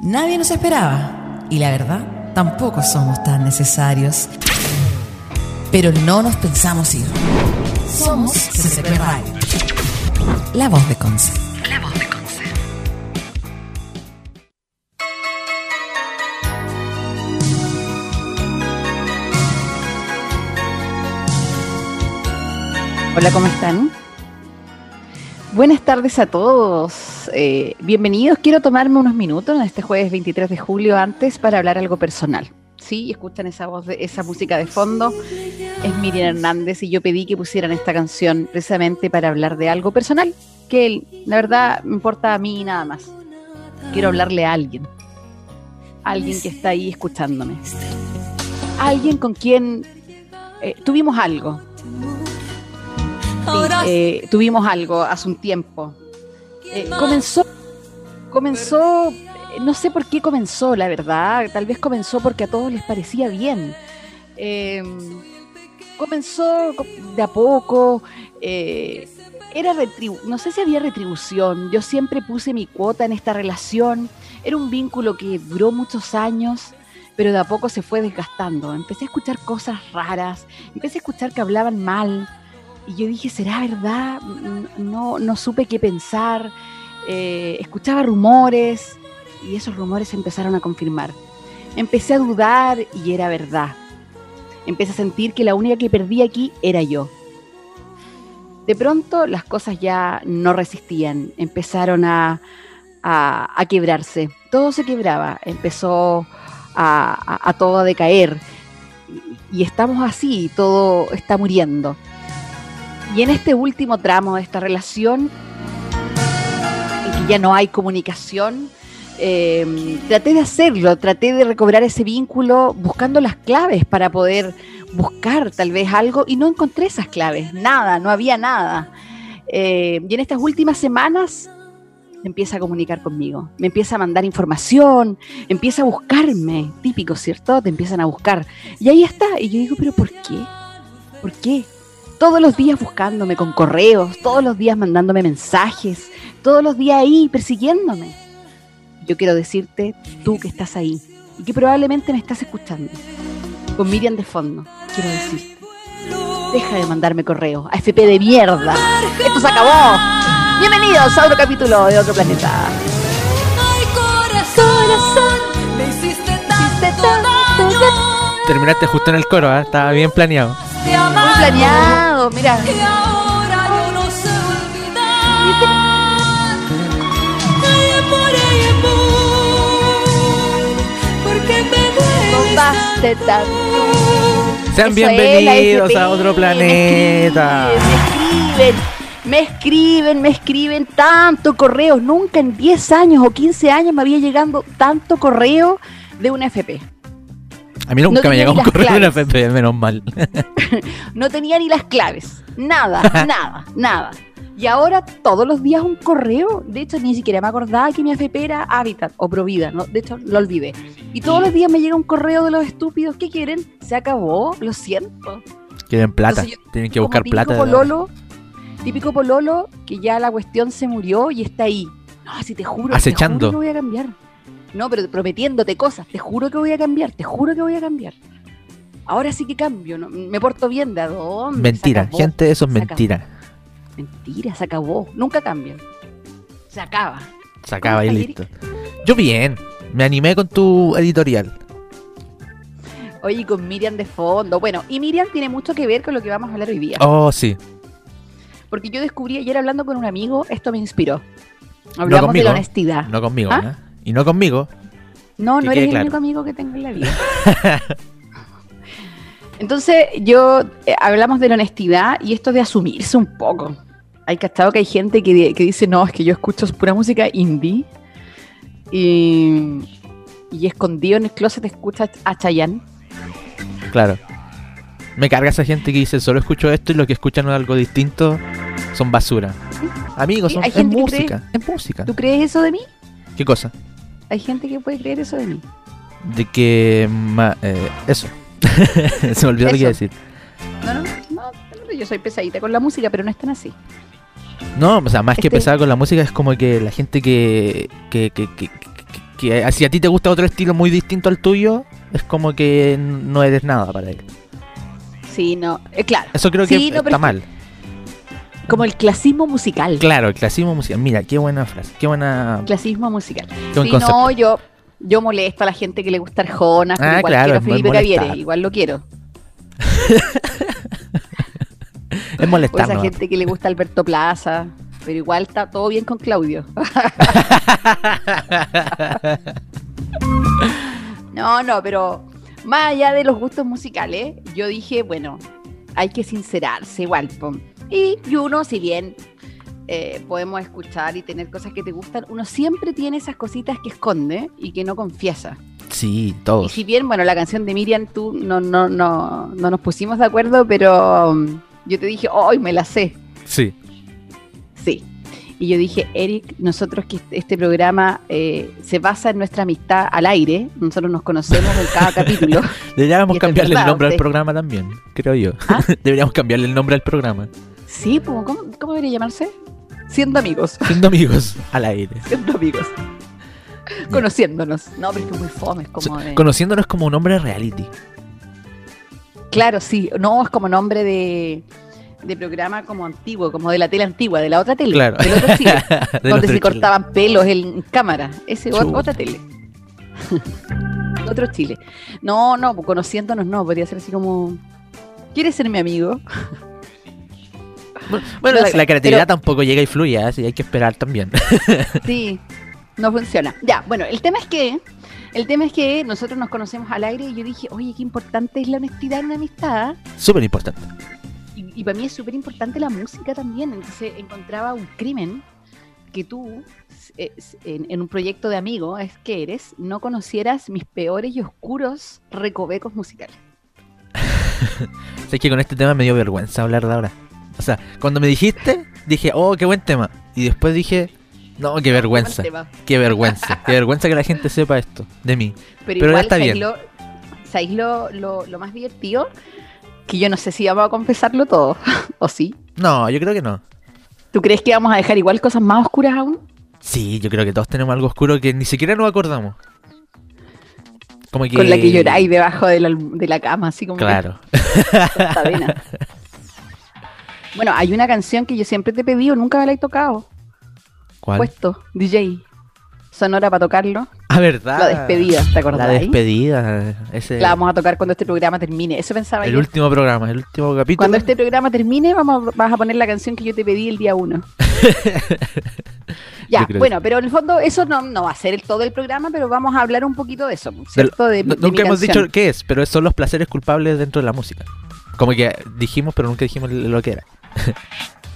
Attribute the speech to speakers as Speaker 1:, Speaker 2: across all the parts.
Speaker 1: Nadie nos esperaba. Y la verdad, tampoco somos tan necesarios. Pero no nos pensamos ir. Somos CCP Radio. La voz de Conce. La voz de Conce.
Speaker 2: Hola, ¿cómo están? Buenas tardes a todos. Eh, bienvenidos. Quiero tomarme unos minutos en este jueves 23 de julio antes para hablar algo personal. Sí, escuchan esa voz, de, esa música de fondo. Es Miriam Hernández y yo pedí que pusieran esta canción precisamente para hablar de algo personal que la verdad me importa a mí nada más. Quiero hablarle a alguien. Alguien que está ahí escuchándome. Alguien con quien eh, tuvimos algo, Sí, eh, tuvimos algo hace un tiempo. Eh, comenzó, comenzó, no sé por qué comenzó, la verdad. Tal vez comenzó porque a todos les parecía bien. Eh, comenzó de a poco. eh, era no sé si había retribución. Yo siempre puse mi cuota en esta relación. Era un vínculo que duró muchos años pero de a poco se fue desgastando. Empecé a escuchar cosas raras, empecé a escuchar que hablaban mal, y yo dije, ¿será verdad? No, no supe qué pensar, eh, escuchaba rumores y esos rumores se empezaron a confirmar. Empecé a dudar y era verdad. Empecé a sentir que la única que perdí aquí era yo. De pronto las cosas ya no resistían, empezaron a, a, a quebrarse, todo se quebraba, empezó a, a, a todo a decaer y estamos así, todo está muriendo. Y en este último tramo de esta relación, en que ya no hay comunicación, eh, traté de hacerlo, traté de recobrar ese vínculo buscando las claves para poder buscar tal vez algo y no encontré esas claves, nada, no había nada. Eh, y en estas últimas semanas me empieza a comunicar conmigo, me empieza a mandar información, empieza a buscarme, típico, ¿cierto? Te empiezan a buscar. Y ahí está, y yo digo, pero ¿por qué? ¿Por qué? todos los días buscándome con correos, todos los días mandándome mensajes, todos los días ahí persiguiéndome. Yo quiero decirte, tú que estás ahí y que probablemente me estás escuchando, con Miriam de fondo, quiero decirte, deja de mandarme correos, AFP de mierda, esto se acabó. Bienvenidos a otro capítulo de Otro Planeta. Ay, corazón,
Speaker 3: me hiciste tanto daño. Terminaste justo en el coro, ¿eh? estaba bien planeado.
Speaker 2: Muy planeado, mira. Y ahora yo no sé olvidar. Porque me tanto.
Speaker 3: Sean Eso bienvenidos es, a otro planeta.
Speaker 2: Me escriben, me escriben, me escriben tanto correos. Nunca en 10 años o 15 años me había llegando tanto correo de una FP.
Speaker 3: A mí nunca no me llegó un correo de la FP, menos mal.
Speaker 2: no tenía ni las claves. Nada, nada, nada. Y ahora todos los días un correo. De hecho, ni siquiera me acordaba que mi AFP era Habitat o Provida. ¿no? De hecho, lo olvidé. Y todos los días me llega un correo de los estúpidos. ¿Qué quieren? Se acabó, lo siento.
Speaker 3: Quieren plata, yo, tienen que buscar
Speaker 2: típico
Speaker 3: plata.
Speaker 2: Pololo, típico Pololo, que ya la cuestión se murió y está ahí. No, si te juro,
Speaker 3: Acechando.
Speaker 2: Te juro que voy a cambiar. No, pero prometiéndote cosas. Te juro que voy a cambiar, te juro que voy a cambiar. Ahora sí que cambio, ¿no? me porto bien, ¿de dónde?
Speaker 3: Mentira, gente, eso es mentira.
Speaker 2: Mentira, se acabó. Nunca cambian. Se acaba.
Speaker 3: Se acaba y listo. Yo bien, me animé con tu editorial.
Speaker 2: Oye, con Miriam de fondo. Bueno, y Miriam tiene mucho que ver con lo que vamos a hablar hoy día.
Speaker 3: Oh, sí.
Speaker 2: Porque yo descubrí ayer hablando con un amigo, esto me inspiró. Hablamos no conmigo, de la honestidad.
Speaker 3: No conmigo, ¿Ah? ¿eh? Y no conmigo.
Speaker 2: No, no eres el claro. único amigo que tengo en la vida. Entonces, yo eh, hablamos de la honestidad y esto de asumirse un poco. Hay cachado que hay gente que, que, dice, no, es que yo escucho pura música indie y, y escondido en el closet escucha a Chayanne.
Speaker 3: Claro. Me carga esa gente que dice, solo escucho esto y lo que escuchan es algo distinto, son basura. ¿Sí? Amigos, son, ¿Hay gente es música,
Speaker 2: cree,
Speaker 3: es música.
Speaker 2: ¿Tú crees eso de mí?
Speaker 3: ¿Qué cosa?
Speaker 2: Hay gente que puede creer eso de mí.
Speaker 3: De que... Ma, eh, eso. Se me olvidó lo que iba a decir.
Speaker 2: No, no, no, no, yo soy pesadita con la música, pero no es tan así.
Speaker 3: No, o sea, más este... que pesada con la música es como que la gente que, que, que, que que eh, si a ti te gusta otro estilo muy distinto al tuyo, es como que no eres nada para él.
Speaker 2: Sí, no, eh, claro.
Speaker 3: Eso creo que
Speaker 2: Sí, no, pero es
Speaker 3: está
Speaker 2: que-
Speaker 3: mal.
Speaker 2: Como el clasismo musical.
Speaker 3: Claro, el clasismo musical. Mira, qué buena frase, qué buena.
Speaker 2: Clasismo musical.
Speaker 3: qué buen
Speaker 2: Sí,
Speaker 3: concepto.
Speaker 2: no, yo, yo molesto a la gente que le gusta Arjona, pero
Speaker 3: Ah,
Speaker 2: igual
Speaker 3: claro,
Speaker 2: quiero a
Speaker 3: es muy
Speaker 2: Felipe Caviere,
Speaker 3: molestar.
Speaker 2: igual lo quiero.
Speaker 3: Es
Speaker 2: O pues, esa
Speaker 3: molestarnos.
Speaker 2: gente que le gusta Alberto Plaza, pero igual está todo bien con Claudio. No, no, pero más allá de los gustos musicales, yo dije, bueno, hay que sincerarse igual. po. Y, y uno, si bien eh, podemos escuchar y tener cosas que te gustan, uno siempre tiene esas cositas que esconde y que no confiesa.
Speaker 3: sí,
Speaker 2: Y
Speaker 3: todos.
Speaker 2: si bien, bueno, la canción de Miriam, tú no, no, no, no nos pusimos de acuerdo, pero um, yo te dije, hoy me la sé.
Speaker 3: Sí.
Speaker 2: Sí. Y yo dije, Eric, nosotros que este- este programa eh, se basa en nuestra amistad al aire, nosotros nos conocemos en cada capítulo.
Speaker 3: Deberíamos
Speaker 2: Y este esto es
Speaker 3: cambiarle el
Speaker 2: verdad,
Speaker 3: nombre al
Speaker 2: sí.
Speaker 3: programa también, creo yo.
Speaker 2: ¿Ah?
Speaker 3: Deberíamos cambiarle el nombre al programa.
Speaker 2: Sí, po, ¿cómo, cómo debería llamarse? Siendo amigos,
Speaker 3: Siendo amigos al aire.
Speaker 2: siendo amigos. Conociéndonos. No, pero es que es muy fome, es como de-
Speaker 3: Conociéndonos como un hombre reality.
Speaker 2: Claro, sí. No, es como nombre de, de programa como antiguo, como de la tele antigua, de la otra tele.
Speaker 3: Claro.
Speaker 2: Del otro cine,
Speaker 3: De
Speaker 2: donde
Speaker 3: nuestro
Speaker 2: se
Speaker 3: Chile.
Speaker 2: cortaban pelos en cámara. Ese o-
Speaker 3: Chuta.
Speaker 2: otra tele. otro Chile. No, no, pues, conociéndonos no, podría ser así como. ¿Quieres ser mi amigo?
Speaker 3: Bueno,
Speaker 2: No
Speaker 3: la,
Speaker 2: sé,
Speaker 3: la creatividad
Speaker 2: pero-
Speaker 3: tampoco llega y fluye, así hay que esperar también.
Speaker 2: Sí, no funciona. Ya, bueno, el tema es que el tema es que nosotros nos conocemos al aire y yo dije, oye, qué importante es la honestidad en una amistad.
Speaker 3: Súper importante.
Speaker 2: Y, y para mí es súper importante la música también. Entonces encontraba un crimen que tú, eh, en, en un proyecto de amigo, es que eres, no conocieras mis peores y oscuros recovecos musicales.
Speaker 3: Sé que con este tema me dio vergüenza hablar de ahora. O sea, cuando me dijiste, dije, oh, qué buen tema. Y después dije, no, qué vergüenza.
Speaker 2: Mal tema.
Speaker 3: Qué vergüenza. Qué vergüenza que la gente sepa esto de mí.
Speaker 2: Pero,
Speaker 3: Pero ya
Speaker 2: igual,
Speaker 3: está
Speaker 2: ¿sabéis
Speaker 3: bien.
Speaker 2: lo, sabéis lo, lo- lo más divertido? Que yo no sé si vamos a confesarlo todo, o sí.
Speaker 3: No, yo creo que no.
Speaker 2: ¿Tú crees que vamos a dejar igual cosas más oscuras aún?
Speaker 3: Sí, yo creo que todos tenemos algo oscuro que ni siquiera nos acordamos. Como que...
Speaker 2: Con la que lloráis debajo de la, alm- de la cama, así como que
Speaker 3: Claro.
Speaker 2: esta vena. Bueno, hay una canción que yo siempre te he pedido, nunca me la he tocado.
Speaker 3: ¿Cuál?
Speaker 2: Puesto, DJ. Sonora para tocarlo.
Speaker 3: ah, verdad.
Speaker 2: la despedida, ¿te acordás?
Speaker 3: La despedida. Ese,
Speaker 2: La vamos a tocar cuando este programa termine. Eso pensaba
Speaker 3: el
Speaker 2: yo.
Speaker 3: último programa, el último capítulo.
Speaker 2: Cuando este programa termine, vamos a- vas a poner la canción que yo te pedí el día uno.
Speaker 3: Yo
Speaker 2: ya,
Speaker 3: creo
Speaker 2: bueno,
Speaker 3: que sí.
Speaker 2: pero en el fondo eso no, no va a ser el, todo el programa, pero vamos a hablar un poquito de eso, ¿cierto? De,
Speaker 3: No-
Speaker 2: de mi
Speaker 3: nunca hemos
Speaker 2: canción.
Speaker 3: dicho qué es, pero son los placeres culpables dentro de la música. Como que dijimos, pero nunca dijimos lo que era.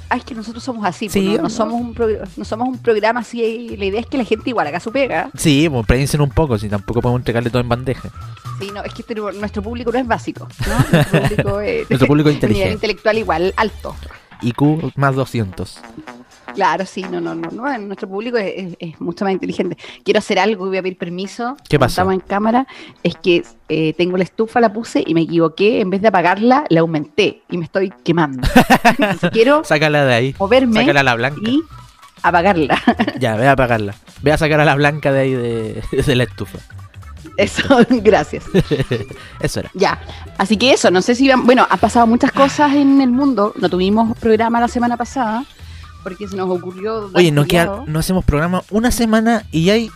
Speaker 2: Ah, es que nosotros somos así, pues,
Speaker 3: Sí,
Speaker 2: no, no
Speaker 3: ¿no?
Speaker 2: somos un progr- no somos un programa así, la idea es que la gente igual acá su pega.
Speaker 3: Sí, pues piensen un poco, si tampoco podemos entregarle todo en bandeja.
Speaker 2: Sí, no, es que este- nuestro público no es básico, ¿no? Nuestro público es
Speaker 3: Nuestro público
Speaker 2: nivel
Speaker 3: inteligente.
Speaker 2: intelectual igual alto.
Speaker 3: IQ más 200.
Speaker 2: Claro, sí, no, no, no, no, nuestro público es, es- es mucho más inteligente. Quiero hacer algo, voy a pedir permiso.
Speaker 3: ¿Qué
Speaker 2: como
Speaker 3: pasó?
Speaker 2: Estamos en cámara, es que eh, tengo la estufa, la puse y me equivoqué, en vez de apagarla, la aumenté y me estoy quemando. Entonces, quiero
Speaker 3: Sácala de ahí.
Speaker 2: moverme
Speaker 3: Sácala a la blanca.
Speaker 2: y apagarla.
Speaker 3: Ya, ve a apagarla. Ve a sacar a la blanca de ahí de, de la estufa.
Speaker 2: Eso, gracias.
Speaker 3: Eso era.
Speaker 2: Ya, así que eso, no sé si... van- Bueno, han pasado muchas cosas en el mundo, no tuvimos programa la semana pasada, porque se nos ocurrió... dar
Speaker 3: Oye, no,
Speaker 2: cuidado.
Speaker 3: queda, no hacemos programa una semana y hay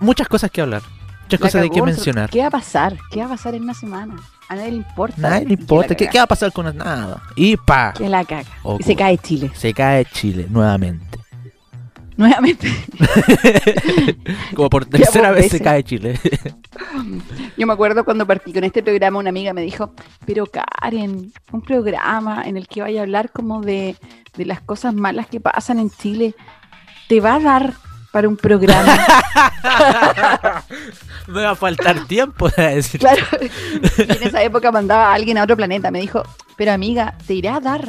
Speaker 3: muchas cosas que hablar. Muchas
Speaker 2: La
Speaker 3: cosas de qué
Speaker 2: cagó,
Speaker 3: mencionar.
Speaker 2: ¿Qué va a pasar? ¿Qué va a pasar en una semana? A nadie le importa.
Speaker 3: Nada, no
Speaker 2: Que
Speaker 3: importa.
Speaker 2: la
Speaker 3: ¿Qué,
Speaker 2: caga.
Speaker 3: qué va a pasar con nada? Y pa,
Speaker 2: Que la caga.
Speaker 3: Oh,
Speaker 2: y se
Speaker 3: cu-
Speaker 2: cae Chile.
Speaker 3: se cae Chile nuevamente.
Speaker 2: Nuevamente.
Speaker 3: Como por
Speaker 2: Ya, pues,
Speaker 3: tercera vez se
Speaker 2: veces.
Speaker 3: cae Chile.
Speaker 2: Yo me acuerdo cuando partí con este programa, una amiga me dijo, pero Karen, un programa en el que vaya a hablar como de, de las cosas malas que pasan en Chile, te va a dar para un programa.
Speaker 3: Me va a faltar tiempo para decir.
Speaker 2: claro. Y en esa época mandaba a alguien a otro planeta. Me dijo, pero amiga, ¿te irá a dar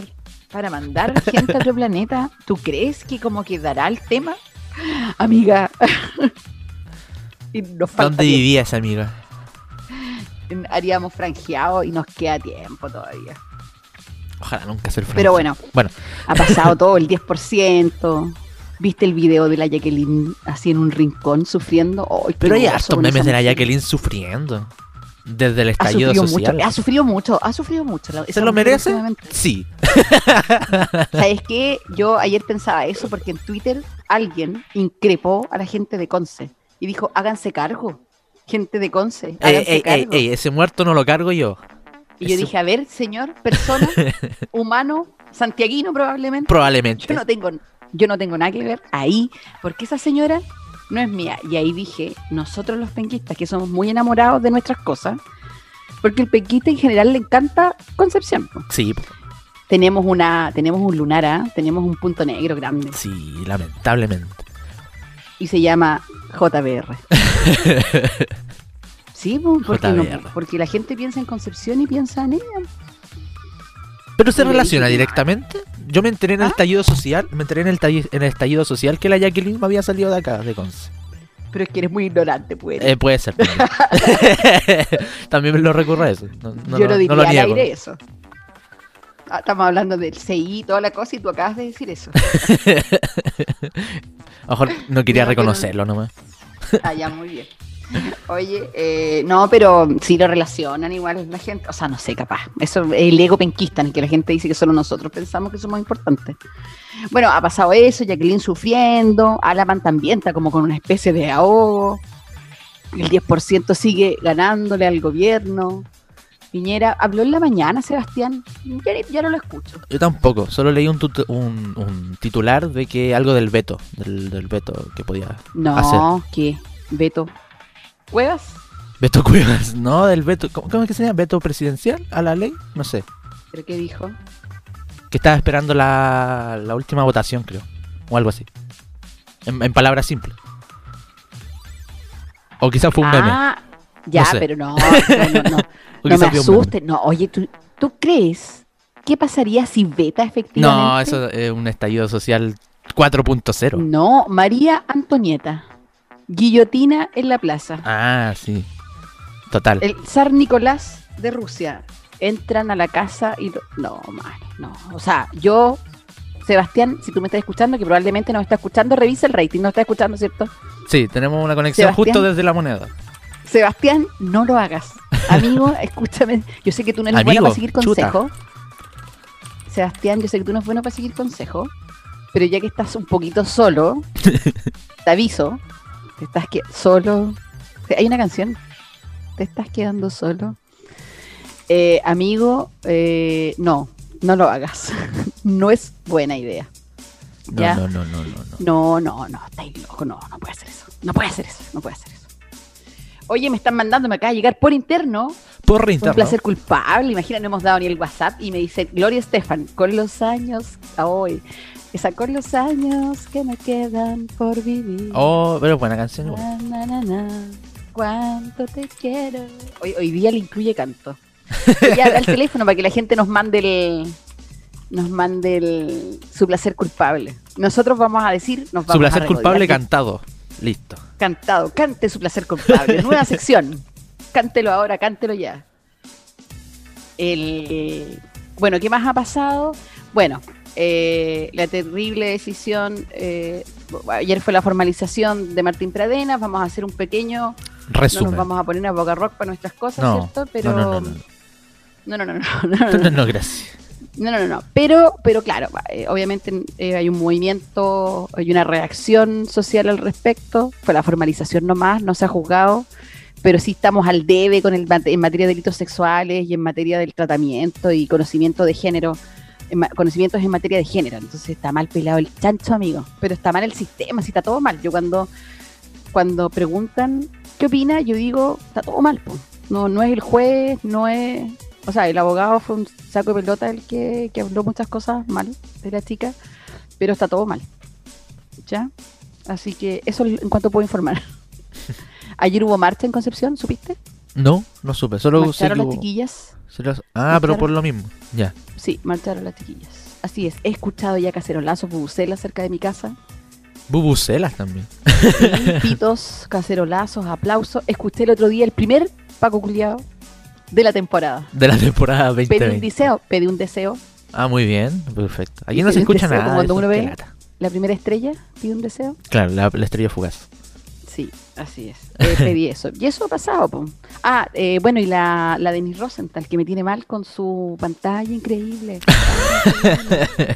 Speaker 2: para mandar gente a otro planeta? ¿Tú crees que como que dará el tema? Amiga. y nos falta
Speaker 3: ¿Dónde
Speaker 2: tiempo.
Speaker 3: vivías, amiga?
Speaker 2: haríamos franjeado y nos queda tiempo todavía.
Speaker 3: Ojalá nunca ser franco.
Speaker 2: Pero bueno,
Speaker 3: Bueno,
Speaker 2: ha pasado todo el 10%. ¿Viste el video de la Jacqueline así en un rincón sufriendo? Ay, qué
Speaker 3: Pero hay
Speaker 2: gozo
Speaker 3: hartos
Speaker 2: con
Speaker 3: memes
Speaker 2: esa
Speaker 3: de la
Speaker 2: mujer.
Speaker 3: Jacqueline sufriendo. Desde el
Speaker 2: Ha
Speaker 3: estallido
Speaker 2: sufrido,
Speaker 3: social.
Speaker 2: mucho, ha sufrido mucho, ha sufrido mucho. la-
Speaker 3: ¿Se
Speaker 2: esa
Speaker 3: lo
Speaker 2: mujer
Speaker 3: merece?
Speaker 2: últimamente.
Speaker 3: Sí.
Speaker 2: ¿Sabes qué? Yo ayer pensaba eso porque en Twitter alguien increpó a la gente de Conce y dijo, háganse cargo, gente de Conce,
Speaker 3: Ey,
Speaker 2: háganse
Speaker 3: ey, ey,
Speaker 2: cargo.
Speaker 3: ey, ese muerto no lo cargo yo.
Speaker 2: y yo
Speaker 3: ese-
Speaker 2: dije, a ver, señor, persona, humano, santiaguino probablemente,
Speaker 3: Probablemente.
Speaker 2: yo no tengo, yo no tengo nada que ver ahí, porque esa señora no es mía. Y ahí dije, nosotros los penquistas, que somos muy enamorados de nuestras cosas, porque el penquista en general le encanta Concepción. po.
Speaker 3: Sí, po.
Speaker 2: Tenemos una, tenemos un lunar, ¿ah? tenemos un punto negro grande.
Speaker 3: sí, lamentablemente.
Speaker 2: y se llama JBR. sí, po, porque, no-
Speaker 3: JBR.
Speaker 2: porque la gente piensa en Concepción y piensa en ella.
Speaker 3: Pero se
Speaker 2: Y le
Speaker 3: relaciona
Speaker 2: dije,
Speaker 3: directamente. Yo me enteré en el
Speaker 2: ¿Ah?
Speaker 3: estallido social, me enteré en el, talli- en el estallido social que la Jacqueline me había salido de acá, de Conce.
Speaker 2: Pero es que eres muy ignorante, pues.
Speaker 3: Eh, puede ser. también. también me lo recurre a eso. No, no
Speaker 2: Yo
Speaker 3: lo-
Speaker 2: no diría
Speaker 3: no lo
Speaker 2: al
Speaker 3: niego.
Speaker 2: aire eso. Ah, estamos hablando del CI y toda la cosa y tú acabas de decir eso.
Speaker 3: A lo mejor no quería
Speaker 2: No, pero-
Speaker 3: reconocerlo nomás.
Speaker 2: Ah, ya, muy bien. Oye, eh, no, pero sí lo relacionan igual la gente. O sea, no sé, capaz. Eso es el ego penquista en el que la gente dice que solo nosotros pensamos que somos importantes. Bueno, ha pasado eso, Jacqueline sufriendo, Alaman también está como con una especie de ahogo. El 10% sigue ganándole al gobierno. Piñera habló en la mañana, Sebastián. Ya, ni- ya no lo escucho.
Speaker 3: Yo tampoco, solo leí un, tut- un, un titular de que algo del veto, del, del veto que podía.
Speaker 2: No, ¿qué? Beto. ¿Cuevas?
Speaker 3: Veto Cuevas, no, del veto. ¿Cómo, cómo es que se llama? ¿Veto presidencial a la ley? No sé.
Speaker 2: ¿Pero qué dijo?
Speaker 3: Que estaba esperando la, la última votación, creo. O algo así. En, en palabras simples. O quizás fue un meme.
Speaker 2: Ah, ya,
Speaker 3: No sé.
Speaker 2: pero no, no, no, no.
Speaker 3: O
Speaker 2: No me
Speaker 3: quizás fue un meme.
Speaker 2: asustes. No, oye, ¿tú, ¿tú crees qué pasaría si Beta efectivamente?
Speaker 3: No, eso es un estallido social 4.0.
Speaker 2: No, María Antonieta. Guillotina en la plaza.
Speaker 3: Ah, sí. Total.
Speaker 2: El zar Nicolás de Rusia. Entran a la casa y... lo- No, man, no. O sea, yo... Sebastián, si tú me estás escuchando, que probablemente nos está escuchando, revisa el rating, no está escuchando, ¿cierto?
Speaker 3: Sí, tenemos una conexión
Speaker 2: Sebastián.
Speaker 3: justo desde la moneda.
Speaker 2: Sebastián, no lo hagas. Amigo, escúchame. Yo sé que tú no eres bueno
Speaker 3: Amigo,
Speaker 2: para seguir
Speaker 3: chuta.
Speaker 2: consejo. Sebastián, yo sé que tú no eres bueno para seguir consejo. Pero ya que estás un poquito solo, te aviso. Te estás que solo. te- Hay una canción. Te estás quedando solo. Eh, amigo, eh, no, no lo hagas. no es buena idea.
Speaker 3: No,
Speaker 2: Ya.
Speaker 3: no, no, no, no, no.
Speaker 2: No, no, no, estáis loco, no, no puede hacer eso. No puede hacer eso, no puede hacer eso. Oye, me están mandando, me acaba de llegar por interno.
Speaker 3: Por
Speaker 2: Un
Speaker 3: interno.
Speaker 2: placer culpable, imagina, no hemos dado ni el WhatsApp. Y me dice, Gloria Estefan, con los años, a hoy. Esa con los años que me quedan por vivir.
Speaker 3: Oh, pero buena canción. igual.
Speaker 2: Na, na, na, na, cuánto te quiero. Hoy, hoy día le incluye canto. Ya da el teléfono para que la gente nos mande el, nos mande el- su placer culpable. Nosotros vamos a decir, nos vamos
Speaker 3: Su
Speaker 2: a
Speaker 3: placer
Speaker 2: regodear
Speaker 3: culpable
Speaker 2: de-
Speaker 3: cantado. Listo.
Speaker 2: cantado. Cante su placer culpable. Nueva sección. Cántelo ahora, cántelo ya. El, bueno, ¿qué más ha pasado? Bueno, eh, la terrible decisión, eh, ayer fue la formalización de Martín Pradenas, vamos a hacer un pequeño, no
Speaker 3: Resumen.
Speaker 2: nos vamos a poner a boca rock para nuestras cosas,
Speaker 3: No,
Speaker 2: ¿cierto? Pero
Speaker 3: no,
Speaker 2: no,
Speaker 3: no, no, no.
Speaker 2: no, no, no, no, no,
Speaker 3: No,
Speaker 2: no.
Speaker 3: no, no, gracias.
Speaker 2: No, no, no, no. Pero, pero claro, eh, obviamente eh, hay un movimiento, hay una reacción social al respecto. Fue la formalización nomás, no se ha juzgado, pero sí estamos al debe con el, mate- en materia de delitos sexuales y en materia del tratamiento y conocimiento de género, en ma- conocimientos en materia de género. Entonces está mal pelado el chancho, amigo. Pero está mal el sistema, sí está todo mal. Yo cuando, cuando preguntan qué opina, yo digo, está todo mal. po. No, no es el juez, no es o sea, el abogado fue un saco de pelota el que, que habló muchas cosas mal de la chica, pero está todo mal. ¿Ya? Así que eso en cuanto puedo informar. Ayer hubo marcha en Concepción, ¿supiste?
Speaker 3: No, no supe. Solo sé
Speaker 2: Marcharon
Speaker 3: que
Speaker 2: las
Speaker 3: hubo-
Speaker 2: chiquillas.
Speaker 3: se los- Ah, pero
Speaker 2: Marcharon.
Speaker 3: por lo mismo. Ya.
Speaker 2: Sí, marcharon las chiquillas. Así es, he escuchado ya cacerolazos, bubucelas cerca de mi casa,
Speaker 3: Bubucelas también.
Speaker 2: sí, pitos, cacerolazos, aplausos. Escuché el otro día el primer Paco Culiao de la temporada.
Speaker 3: De la temporada
Speaker 2: Pedí un
Speaker 3: 2020.
Speaker 2: deseo, pedí un deseo,
Speaker 3: Ah, muy bien. Perfecto. Aquí
Speaker 2: Y
Speaker 3: no se
Speaker 2: pedí un
Speaker 3: escucha
Speaker 2: deseo,
Speaker 3: nada.
Speaker 2: como
Speaker 3: de
Speaker 2: cuando
Speaker 3: eso,
Speaker 2: uno
Speaker 3: qué
Speaker 2: ve.
Speaker 3: lata.
Speaker 2: la primera estrella, pide un deseo.
Speaker 3: Claro, la, la estrella fugaz.
Speaker 2: Sí, así es. Eh, pedí eso. Y eso ha pasado, po. Ah, eh, bueno, y la, la Denise Rosenthal, que me tiene mal con su pantalla increíble. Que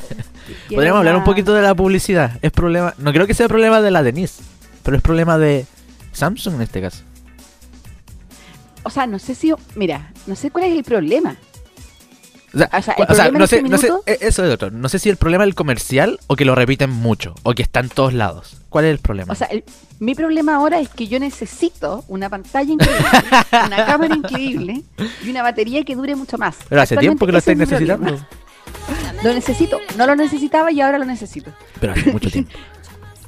Speaker 3: Podríamos
Speaker 2: era-
Speaker 3: hablar un poquito de la publicidad. Es problema, no creo que sea problema de la Denise, pero es problema de Samsung en este caso.
Speaker 2: O sea, no sé si. Mira, no sé cuál es el problema.
Speaker 3: O sea,
Speaker 2: O sea,
Speaker 3: cu-
Speaker 2: el
Speaker 3: o sea,
Speaker 2: problema en
Speaker 3: no sé,
Speaker 2: este
Speaker 3: no sé,
Speaker 2: minuto-
Speaker 3: e- eso es otro. No sé si el problema es el comercial o que lo repiten mucho o que está en todos lados. ¿Cuál es el problema?
Speaker 2: O sea, el- mi problema ahora es que yo necesito una pantalla increíble, una cámara increíble y una batería que dure mucho más.
Speaker 3: pero hace tiempo que lo estáis
Speaker 2: Actualmente ese es mi
Speaker 3: necesitando.
Speaker 2: problema. Lo necesito. No lo necesitaba y ahora lo necesito.
Speaker 3: Pero hace mucho tiempo.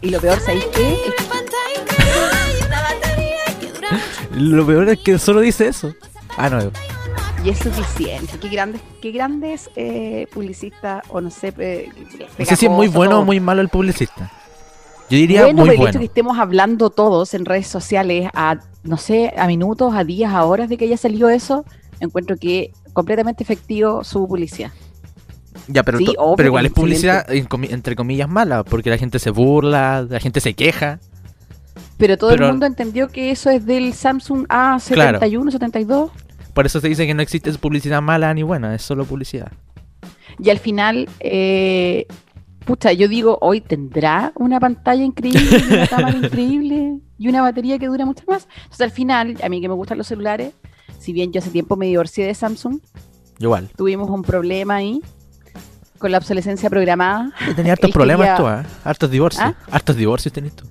Speaker 2: Y lo peor, ¿sabéis qué? Es que-
Speaker 3: Lo peor es que solo dice eso. Ah, no.
Speaker 2: Y es suficiente. Qué grande, qué grande es eh, publicista o no sé. eh,
Speaker 3: No sé si es muy
Speaker 2: pegajoso,
Speaker 3: bueno o
Speaker 2: todo.
Speaker 3: muy malo el publicista. Yo diría
Speaker 2: bueno, pero
Speaker 3: muy
Speaker 2: el hecho
Speaker 3: bueno.
Speaker 2: que estemos hablando todos en redes sociales a, no sé, a minutos, a días, a horas de que haya salido eso, encuentro que completamente efectivo su publicidad.
Speaker 3: Ya, pero,
Speaker 2: Sí,
Speaker 3: to-
Speaker 2: obvio
Speaker 3: pero
Speaker 2: que
Speaker 3: igual es
Speaker 2: excelente.
Speaker 3: publicidad en comi- entre comillas mala, porque la gente se burla, la gente se queja.
Speaker 2: Pero todo
Speaker 3: Pero-
Speaker 2: el mundo entendió que eso es del Samsung A71, 72.
Speaker 3: Por eso se dice que no existe publicidad mala ni buena, es solo publicidad.
Speaker 2: Y al final, eh, pucha, yo digo, hoy tendrá una pantalla increíble, y una cámara increíble y una batería que dura mucho más. Entonces al final, a mí que me gustan los celulares, si bien yo hace tiempo me divorcié de Samsung,
Speaker 3: Igual.
Speaker 2: tuvimos un problema ahí con la obsolescencia programada.
Speaker 3: Tenía hartos
Speaker 2: Él
Speaker 3: problemas
Speaker 2: quería-
Speaker 3: tú, ¿eh? Hartos divorcios.
Speaker 2: ¿Ah?
Speaker 3: Hartos divorcios tenés tú.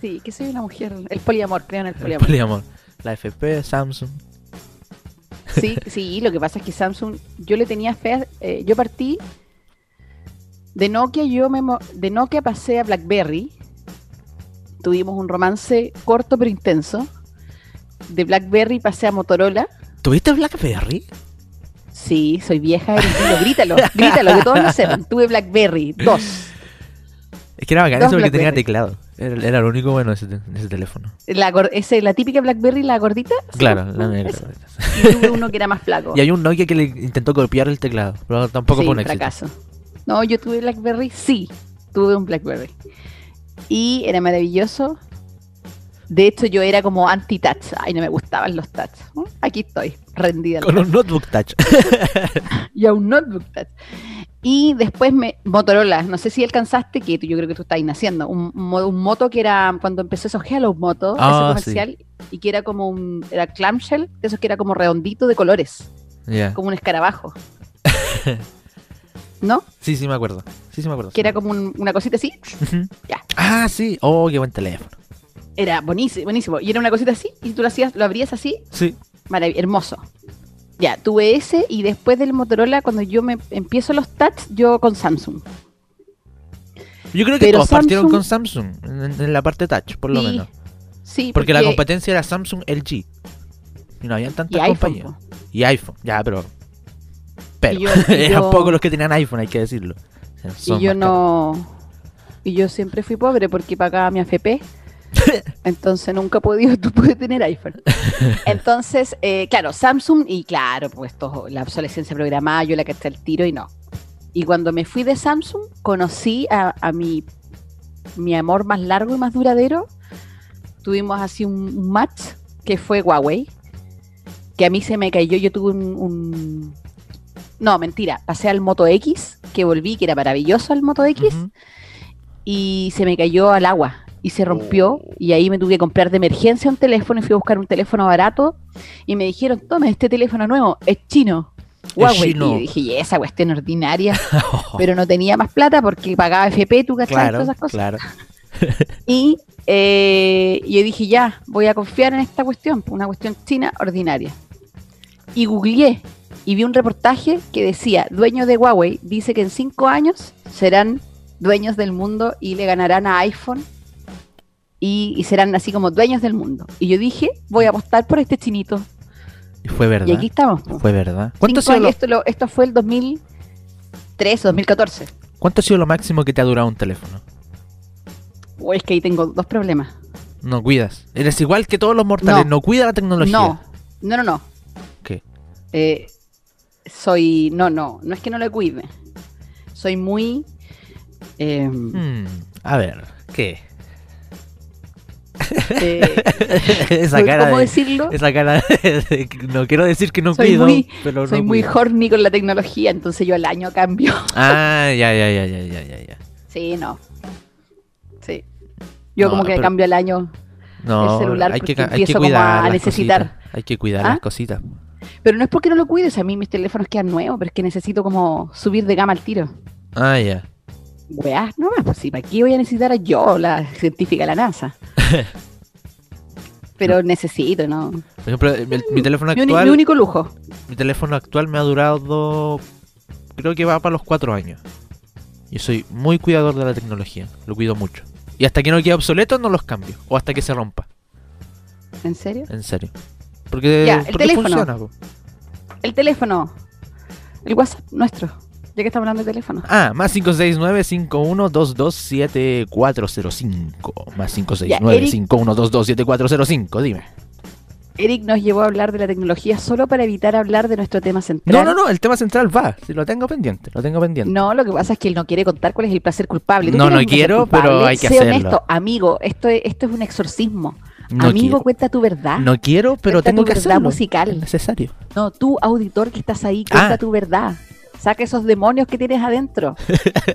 Speaker 2: Sí, que soy una mujer, el poliamor, creo en el
Speaker 3: El
Speaker 2: poliamor.
Speaker 3: poliamor. La FP, Samsung.
Speaker 2: Sí, sí, lo que pasa es que Samsung, yo le tenía fe, eh, yo partí de Nokia, yo me mo- de Nokia pasé a BlackBerry. Tuvimos un romance corto pero intenso. De BlackBerry pasé a Motorola.
Speaker 3: ¿Tuviste Blackberry?
Speaker 2: Sí, soy vieja, eres tío, grítalo, grítalo, que todos lo sepan. Tuve BlackBerry, dos.
Speaker 3: Es que era bacán
Speaker 2: Dos
Speaker 3: eso porque tenía
Speaker 2: Blackberry.
Speaker 3: teclado. Era, era lo único bueno de ese, te- de ese teléfono.
Speaker 2: La, gor- ese, la típica BlackBerry, la gordita. ¿sí?
Speaker 3: Claro, la negra.
Speaker 2: Esa. Y tuve uno que era más flaco.
Speaker 3: Y hay un Nokia que le intentó copiar el teclado, pero tampoco
Speaker 2: sí,
Speaker 3: fue un éxito.
Speaker 2: fracaso. No, yo tuve BlackBerry, sí, tuve un BlackBerry. Y era maravilloso. De hecho, yo era como anti-touch. Ay, no me gustaban los touch. ¿Mm? Aquí estoy, rendida. al
Speaker 3: Con
Speaker 2: touch.
Speaker 3: un notebook touch.
Speaker 2: Y a un notebook touch. Y después me, Motorola, no sé si alcanzaste, que tú- yo creo que tú estabas naciendo, un, un mo- un moto que era, cuando empezó esos Hello Moto, ese
Speaker 3: Ah,
Speaker 2: comercial, y que era como un, era clamshell, de esos que era como redondito de colores,
Speaker 3: Ya.
Speaker 2: como un escarabajo. ¿No?
Speaker 3: Sí, sí me acuerdo. Sí, sí me acuerdo.
Speaker 2: Que era como un- una cosita así,
Speaker 3: Ujú.
Speaker 2: Ya.
Speaker 3: Ah, sí. Oh, qué buen teléfono.
Speaker 2: Era buenísimo, buenísimo. Y era una cosita así, y tú lo hacías, lo abrías así,
Speaker 3: Sí.
Speaker 2: marav- hermoso. Ya, tuve ese y después del Motorola, cuando yo me empiezo los touch, yo con Samsung.
Speaker 3: Yo creo que
Speaker 2: Pero
Speaker 3: todos partieron
Speaker 2: Samsung-
Speaker 3: con Samsung en, en la parte touch, por lo
Speaker 2: Sí,
Speaker 3: menos.
Speaker 2: Sí,
Speaker 3: Porque la competencia era Samsung LG. Y no habían
Speaker 2: y
Speaker 3: tantas
Speaker 2: iPhone,
Speaker 3: compañías.
Speaker 2: po.
Speaker 3: Y iPhone, ya, pero. Pero.
Speaker 2: Y yo- y
Speaker 3: eran
Speaker 2: yo-
Speaker 3: pocos los que tenían iPhone, hay que decirlo. O sea, son
Speaker 2: y yo
Speaker 3: más
Speaker 2: no. Y yo siempre fui pobre porque pagaba mi AFP. Entonces nunca he podido, tú puedes tener iPhone. Entonces, eh, claro, Samsung y claro, pues todo, la obsolescencia programada, yo la que está el tiro y no. Y cuando me fui de Samsung, conocí a, a mi, mi amor más largo y más duradero. Tuvimos así un un match que fue Huawei, que a mí se me cayó, yo tuve un... un- No, mentira, pasé al Moto X, que volví, que era maravilloso el Moto X,
Speaker 3: Ujú.
Speaker 2: y se me cayó al agua y se rompió
Speaker 3: Oh.
Speaker 2: y ahí me tuve que comprar de emergencia un teléfono y fui a buscar un teléfono barato y me dijeron, toma este teléfono nuevo, es chino. Huawei.
Speaker 3: chino.
Speaker 2: Y yo dije, "Y esa cuestión ordinaria, pero no tenía más plata porque pagaba FP, tú cachai,
Speaker 3: claro,
Speaker 2: todas esas cosas.
Speaker 3: claro.
Speaker 2: Y eh, yo dije, ya, voy a confiar en esta cuestión, pues, una cuestión china ordinaria. Y googleé y vi un reportaje que decía, dueño de Huawei dice que en cinco años serán dueños del mundo y le ganarán a iPhone y, y serán así como dueños del mundo. Y yo dije, voy a apostar por este chinito.
Speaker 3: Y fue verdad.
Speaker 2: Y aquí estamos. po.
Speaker 3: Fue verdad. ¿Cuánto
Speaker 2: Cinco
Speaker 3: ha, sido
Speaker 2: años,
Speaker 3: lo,
Speaker 2: esto, lo- esto fue el 2003 o 2014.
Speaker 3: cuánto ha sido lo máximo que te ha durado un teléfono?
Speaker 2: O es que ahí tengo dos problemas.
Speaker 3: No cuidas. Eres igual que todos los mortales. No,
Speaker 2: No.
Speaker 3: cuida la tecnología.
Speaker 2: No, no, no, no.
Speaker 3: ¿Qué?
Speaker 2: Eh, soy. No, no, no es que no lo cuide. Soy muy. Eh,
Speaker 3: Hmm, a ver, ¿qué?
Speaker 2: eh,
Speaker 3: esa
Speaker 2: soy-
Speaker 3: cara
Speaker 2: ¿Cómo
Speaker 3: de-
Speaker 2: decirlo?
Speaker 3: Esa cara de- de- No quiero decir que no
Speaker 2: Soy
Speaker 3: cuido,
Speaker 2: muy-
Speaker 3: pero
Speaker 2: Soy
Speaker 3: no
Speaker 2: muy
Speaker 3: cuido.
Speaker 2: horny con la tecnología, entonces yo al año cambio.
Speaker 3: Ah, ya, ya, ya, ya, ya, ya, ya.
Speaker 2: Sí, no. Sí. Yo
Speaker 3: No,
Speaker 2: como que
Speaker 3: pero-
Speaker 2: cambio al año.
Speaker 3: No,
Speaker 2: El celular
Speaker 3: hay
Speaker 2: porque
Speaker 3: que, ca- hay que
Speaker 2: empiezo como
Speaker 3: cuidar
Speaker 2: a
Speaker 3: las
Speaker 2: necesitar.
Speaker 3: cositas. Hay que cuidar
Speaker 2: ¿Ah?
Speaker 3: las cositas.
Speaker 2: Pero no es porque no lo cuides, a mí mis teléfonos quedan nuevos, pero es que necesito como subir de gama al tiro.
Speaker 3: Ah, ya.
Speaker 2: Weás, no más, pues sí, ¿para qué voy a necesitar a yo, la científica de la NASA? Pero necesito, ¿no? Mi
Speaker 3: Por ejemplo, eh, el- mi, teléfono
Speaker 2: uni- Mm, Mi,
Speaker 3: actual,
Speaker 2: único lujo.
Speaker 3: mi teléfono actual me ha durado, dos- creo que va para los cuatro años. Yo soy muy cuidador de la tecnología, lo cuido mucho. Y hasta que no quede obsoleto no los cambio, o hasta que se rompa,
Speaker 2: ¿En serio?
Speaker 3: en serio. Porque,
Speaker 2: Ya, el
Speaker 3: porque
Speaker 2: teléfono.
Speaker 3: funciona. po.
Speaker 2: El teléfono. El WhatsApp nuestro. Ya que estamos hablando de teléfono.
Speaker 3: Ah, más 569-5122-7405. Más
Speaker 2: Ya, Eric.
Speaker 3: 569-5122-7405, dime.
Speaker 2: Eric nos llevó a hablar de la tecnología solo para evitar hablar de nuestro tema
Speaker 3: No,
Speaker 2: central.
Speaker 3: no, no, el tema central va, si lo tengo pendiente, lo tengo pendiente.
Speaker 2: No, lo que pasa es que él no quiere contar cuál es el placer culpable. ¿Tú
Speaker 3: No,
Speaker 2: tienes
Speaker 3: no
Speaker 2: un placer
Speaker 3: quiero,
Speaker 2: culpable?
Speaker 3: pero hay que
Speaker 2: sé
Speaker 3: hacerlo.
Speaker 2: honesto, amigo, esto es, esto es un exorcismo.
Speaker 3: No
Speaker 2: Mm, amigo,
Speaker 3: quiero.
Speaker 2: cuenta tu verdad.
Speaker 3: No quiero, pero
Speaker 2: Cuenta
Speaker 3: tengo
Speaker 2: tu
Speaker 3: que
Speaker 2: verdad
Speaker 3: hacerlo.
Speaker 2: musical.
Speaker 3: Es necesario.
Speaker 2: No, tú, auditor que estás ahí, cuenta
Speaker 3: Ah.
Speaker 2: tu verdad. Saca esos demonios que tienes adentro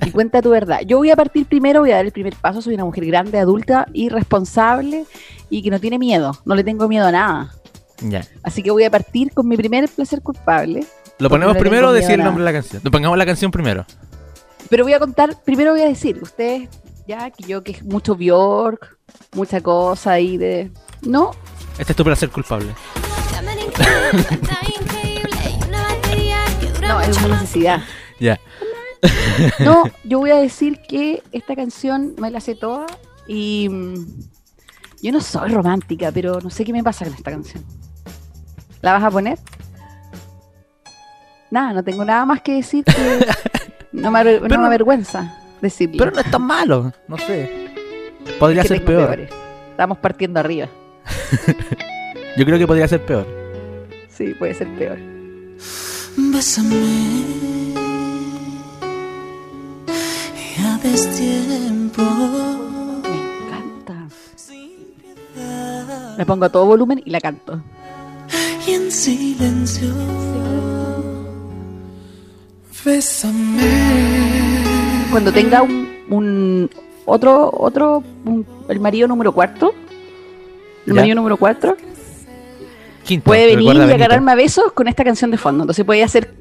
Speaker 2: y cuenta tu verdad. Yo voy a partir primero, voy a dar el primer paso. Soy una mujer grande, adulta y responsable y que no tiene miedo. No le tengo miedo a nada.
Speaker 3: Ya.
Speaker 2: Así que voy a partir con mi primer placer culpable.
Speaker 3: ¿Lo
Speaker 2: Porque
Speaker 3: ponemos
Speaker 2: no le
Speaker 3: primero o
Speaker 2: tengo
Speaker 3: decir
Speaker 2: miedo
Speaker 3: el
Speaker 2: a
Speaker 3: nombre de la canción? Lo pongamos la canción primero.
Speaker 2: Pero voy a contar, primero voy a decir, ustedes ya que yo que es mucho Bjork, mucha cosa ahí de. No,
Speaker 3: Este es tu placer culpable.
Speaker 2: no, es una necesidad.
Speaker 3: Ya.
Speaker 2: No, yo voy a decir que esta canción me la sé toda y mm, yo no soy romántica, pero no sé qué me pasa con esta canción. ¿La vas a poner? Nada, no tengo nada más que decir que no me, aver- no
Speaker 3: Pero-
Speaker 2: me avergüenza decirlo.
Speaker 3: Pero no es tan malo, no sé. Podría
Speaker 2: Que
Speaker 3: ser
Speaker 2: tengo
Speaker 3: peor.
Speaker 2: peores. Estamos partiendo arriba.
Speaker 3: Yo creo que podría ser peor.
Speaker 2: Sí, puede ser peor.
Speaker 4: Bésame. Ya destiempo.
Speaker 2: Me encanta.
Speaker 4: Sin
Speaker 2: La
Speaker 4: piedad.
Speaker 2: pongo a todo volumen y la canto.
Speaker 4: Y en silencio. Bésame.
Speaker 2: Cuando tenga un, un- otro, otro, un- el marido número cuarto, el
Speaker 3: Ya.
Speaker 2: marido número cuatro,
Speaker 3: Quinto,
Speaker 2: puede venir
Speaker 3: recuerda,
Speaker 2: y
Speaker 3: Benito.
Speaker 2: agarrarme a besos con esta canción de fondo. Entonces puede hacer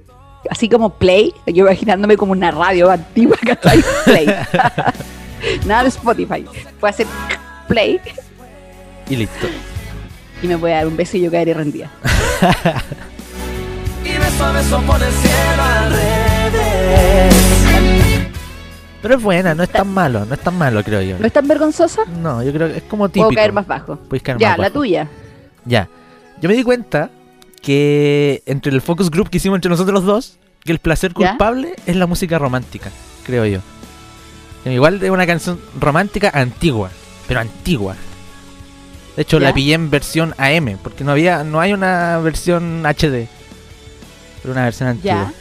Speaker 2: así como play, yo imaginándome como una radio antigua que trae play. Nada de Spotify. Puede hacer play
Speaker 3: Y listo.
Speaker 2: y me puede dar un beso y yo caeré rendida.
Speaker 4: Y beso a beso por el cielo al revés.
Speaker 3: Pero es buena, no es tan malo, no es tan malo, creo yo.
Speaker 2: ¿No es tan vergonzosa?
Speaker 3: No, yo creo que es como típico.
Speaker 2: Puedo caer más bajo.
Speaker 3: Puedes caer
Speaker 2: Ya,
Speaker 3: más
Speaker 2: la
Speaker 3: bajo.
Speaker 2: tuya.
Speaker 3: Ya. Yo me di cuenta que entre el focus group que hicimos entre nosotros dos, que el placer
Speaker 2: ¿Ya?
Speaker 3: culpable es la música romántica, creo yo. Igual es una canción romántica antigua, pero antigua. De hecho,
Speaker 2: ¿Ya?
Speaker 3: la pillé en versión AM, porque no había, no hay una versión HD. Pero una versión
Speaker 2: Ya.
Speaker 3: antigua.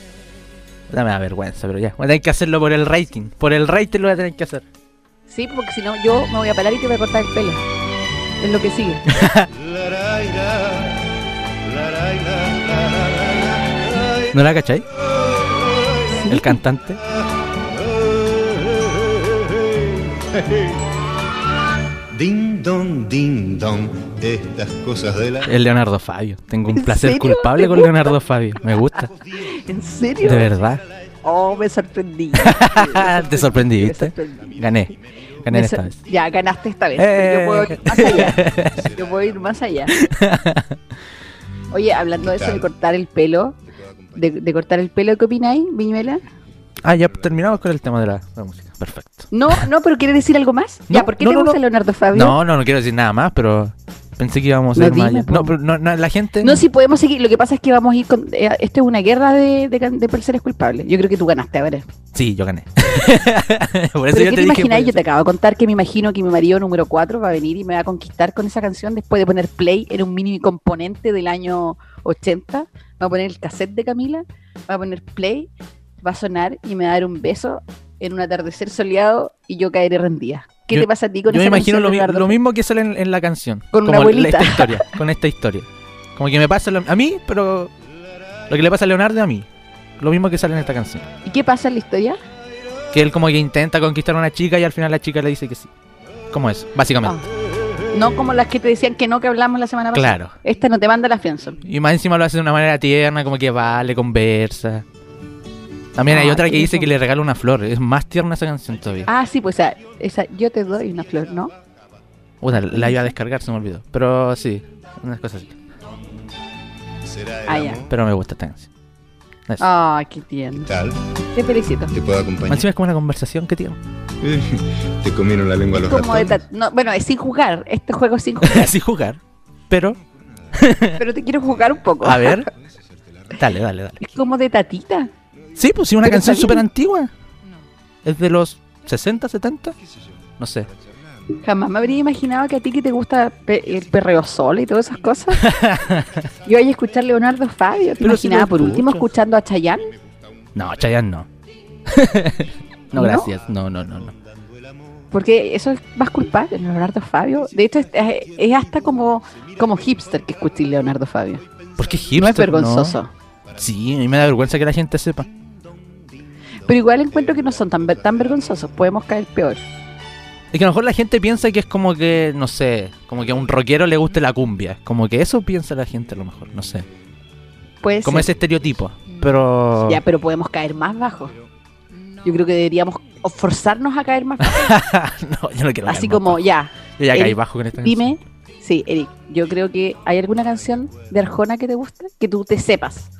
Speaker 3: Dame da vergüenza, pero ya. Voy a tener que hacerlo por el rating. Por el rating lo voy a tener que hacer.
Speaker 2: Sí, porque si no, yo me voy a parar y te voy a cortar el pelo. Es lo que sigue.
Speaker 3: ¿No la cachai? El cantante.
Speaker 5: Ding dong, ding dong, estas cosas de la...
Speaker 2: Eh.
Speaker 3: El Leonardo Fabio. Tengo un
Speaker 2: ¿En
Speaker 3: placer
Speaker 2: serio?
Speaker 3: culpable
Speaker 2: ¿Te
Speaker 3: con Leonardo Fabio. Me gusta.
Speaker 2: ¿En serio?
Speaker 3: De verdad.
Speaker 2: Oh, me sorprendí.
Speaker 3: Te sorprendí,
Speaker 2: Me
Speaker 3: ¿viste?
Speaker 2: sorprendí.
Speaker 3: Gané. Gané
Speaker 2: Me
Speaker 3: esta
Speaker 2: sor-
Speaker 3: vez.
Speaker 2: Ya, ganaste esta vez.
Speaker 3: Eh.
Speaker 2: Yo puedo ir más allá. Yo puedo ir más allá. Oye, hablando de eso de cortar el pelo, de, de cortar el pelo, ¿qué opináis, Viñuela?
Speaker 3: Ah, ya terminamos con el tema de la, la música. Perfecto.
Speaker 2: No, no, pero ¿quieres decir algo más?
Speaker 3: No,
Speaker 2: ya, ¿por qué
Speaker 3: no,
Speaker 2: te
Speaker 3: no,
Speaker 2: gusta
Speaker 3: no.
Speaker 2: Leonardo Fabio?
Speaker 3: No, no, no quiero decir nada más, pero pensé que íbamos a
Speaker 2: No,
Speaker 3: ir más
Speaker 2: dime,
Speaker 3: allá.
Speaker 2: po.
Speaker 3: No, pero no, no, la gente.
Speaker 2: pues. No, si podemos seguir. Lo que pasa es que vamos a ir con. eh, esto es una guerra de, de, can- de placeres culpables. Yo creo que tú ganaste ahora.
Speaker 3: Sí, yo gané. Por eso
Speaker 2: Pero
Speaker 3: yo
Speaker 2: ¿qué
Speaker 3: te
Speaker 2: te
Speaker 3: dije.
Speaker 2: imagináis? Yo
Speaker 3: pues,
Speaker 2: te acabo de contar que me imagino que mi marido número 4 va a venir y me va a conquistar con esa canción después de poner play en un mini componente del año 80. Va a poner el cassette de Camila, va a poner play, va a sonar y me va a dar un beso en un atardecer soleado y yo caeré rendida. ¿Qué
Speaker 3: Yo-
Speaker 2: te pasa a ti
Speaker 3: pues,
Speaker 2: con
Speaker 3: Yo me
Speaker 2: esa
Speaker 3: imagino
Speaker 2: canción,
Speaker 3: lo, mi-
Speaker 2: Leonardo?
Speaker 3: lo mismo que sale en, en la canción.
Speaker 2: Con una
Speaker 3: como la-
Speaker 2: abuelita.
Speaker 3: esta historia, con esta historia. Como que me pasa lo- a mí, pero lo que le pasa a Leonardo a mí. Lo mismo que sale en esta canción.
Speaker 2: ¿Y qué pasa en la historia?
Speaker 3: Que él como que intenta conquistar a una chica y al final la chica le dice que sí. Como eso,
Speaker 2: Ah,
Speaker 3: básicamente.
Speaker 2: No como las que te decían que no, que hablamos la semana pasada.
Speaker 3: claro.
Speaker 2: Esta no te manda la friendzone.
Speaker 3: Y más encima lo hace de una manera tierna, como que va, le conversa. También hay
Speaker 2: Ah,
Speaker 3: otra que
Speaker 2: qué
Speaker 3: dice
Speaker 2: lindo.
Speaker 3: que le regala una flor. Es más tierna esa canción todavía.
Speaker 2: Ah, sí, pues esa, esa yo te doy una flor, ¿no?
Speaker 3: Puta, la iba a descargar, se me olvidó. Pero sí, unas cosas así.
Speaker 5: Será el
Speaker 2: Ah, ya.
Speaker 5: amor.
Speaker 3: Pero me gusta esta canción. Eso.
Speaker 2: Ah, qué
Speaker 5: ¿Qué
Speaker 2: tierno.
Speaker 5: tal?
Speaker 2: Te felicito.
Speaker 5: ¿Te puedo
Speaker 3: Más
Speaker 5: acompañar?
Speaker 3: encima es como una conversación que tiene.
Speaker 5: Te comieron la lengua los
Speaker 2: Como de
Speaker 5: ratones.
Speaker 2: ta- no, bueno, es sin jugar. Este juego es sin jugar.
Speaker 3: Así jugar. Pero,
Speaker 2: pero te quiero jugar un poco.
Speaker 3: a ver. Dale, dale, dale.
Speaker 2: Es como de tatita.
Speaker 3: Sí, pues sí, una
Speaker 2: Pero
Speaker 3: canción
Speaker 2: está
Speaker 3: súper
Speaker 2: bien.
Speaker 3: antigua. Es de los 60, 70. No sé.
Speaker 2: Jamás me habría imaginado que a ti que te gusta pe- el perreo sol y todas esas cosas. Yo ahí escuchar Leonardo Fabio. Te
Speaker 3: Pero si lo
Speaker 2: imaginaba por último
Speaker 3: escucho.
Speaker 2: escuchando a Chayanne.
Speaker 3: No, Chayanne no.
Speaker 2: ¿No?
Speaker 3: no, gracias. No, no, no, no.
Speaker 2: Porque eso es más culpable, Leonardo Fabio. De hecho, es, es- es hasta como, como hipster que escuché Leonardo Fabio.
Speaker 3: ¿Por qué
Speaker 2: No es
Speaker 3: hipster?
Speaker 2: vergonzoso.
Speaker 3: Sí, a mí me da vergüenza que la gente sepa.
Speaker 2: Pero igual encuentro que no son tan, ver- tan vergonzosos. Podemos caer peor.
Speaker 3: Es que a lo mejor la gente piensa que es como que, no sé, como que a un rockero le guste la cumbia. Como que eso piensa la gente a lo mejor, no sé.
Speaker 2: Puede
Speaker 3: Como
Speaker 2: ser.
Speaker 3: ese estereotipo. Pero...
Speaker 2: Ya, pero podemos caer más bajo. Yo creo que deberíamos o- forzarnos a caer más bajo.
Speaker 3: no, yo no quiero
Speaker 2: Así
Speaker 3: caer
Speaker 2: como,
Speaker 3: más
Speaker 2: ya,
Speaker 3: bajo. Yo ya caí
Speaker 2: Eric,
Speaker 3: bajo con esta
Speaker 2: dime. Sí, Eric, yo creo que hay alguna canción de Arjona que te guste, que tú te sepas.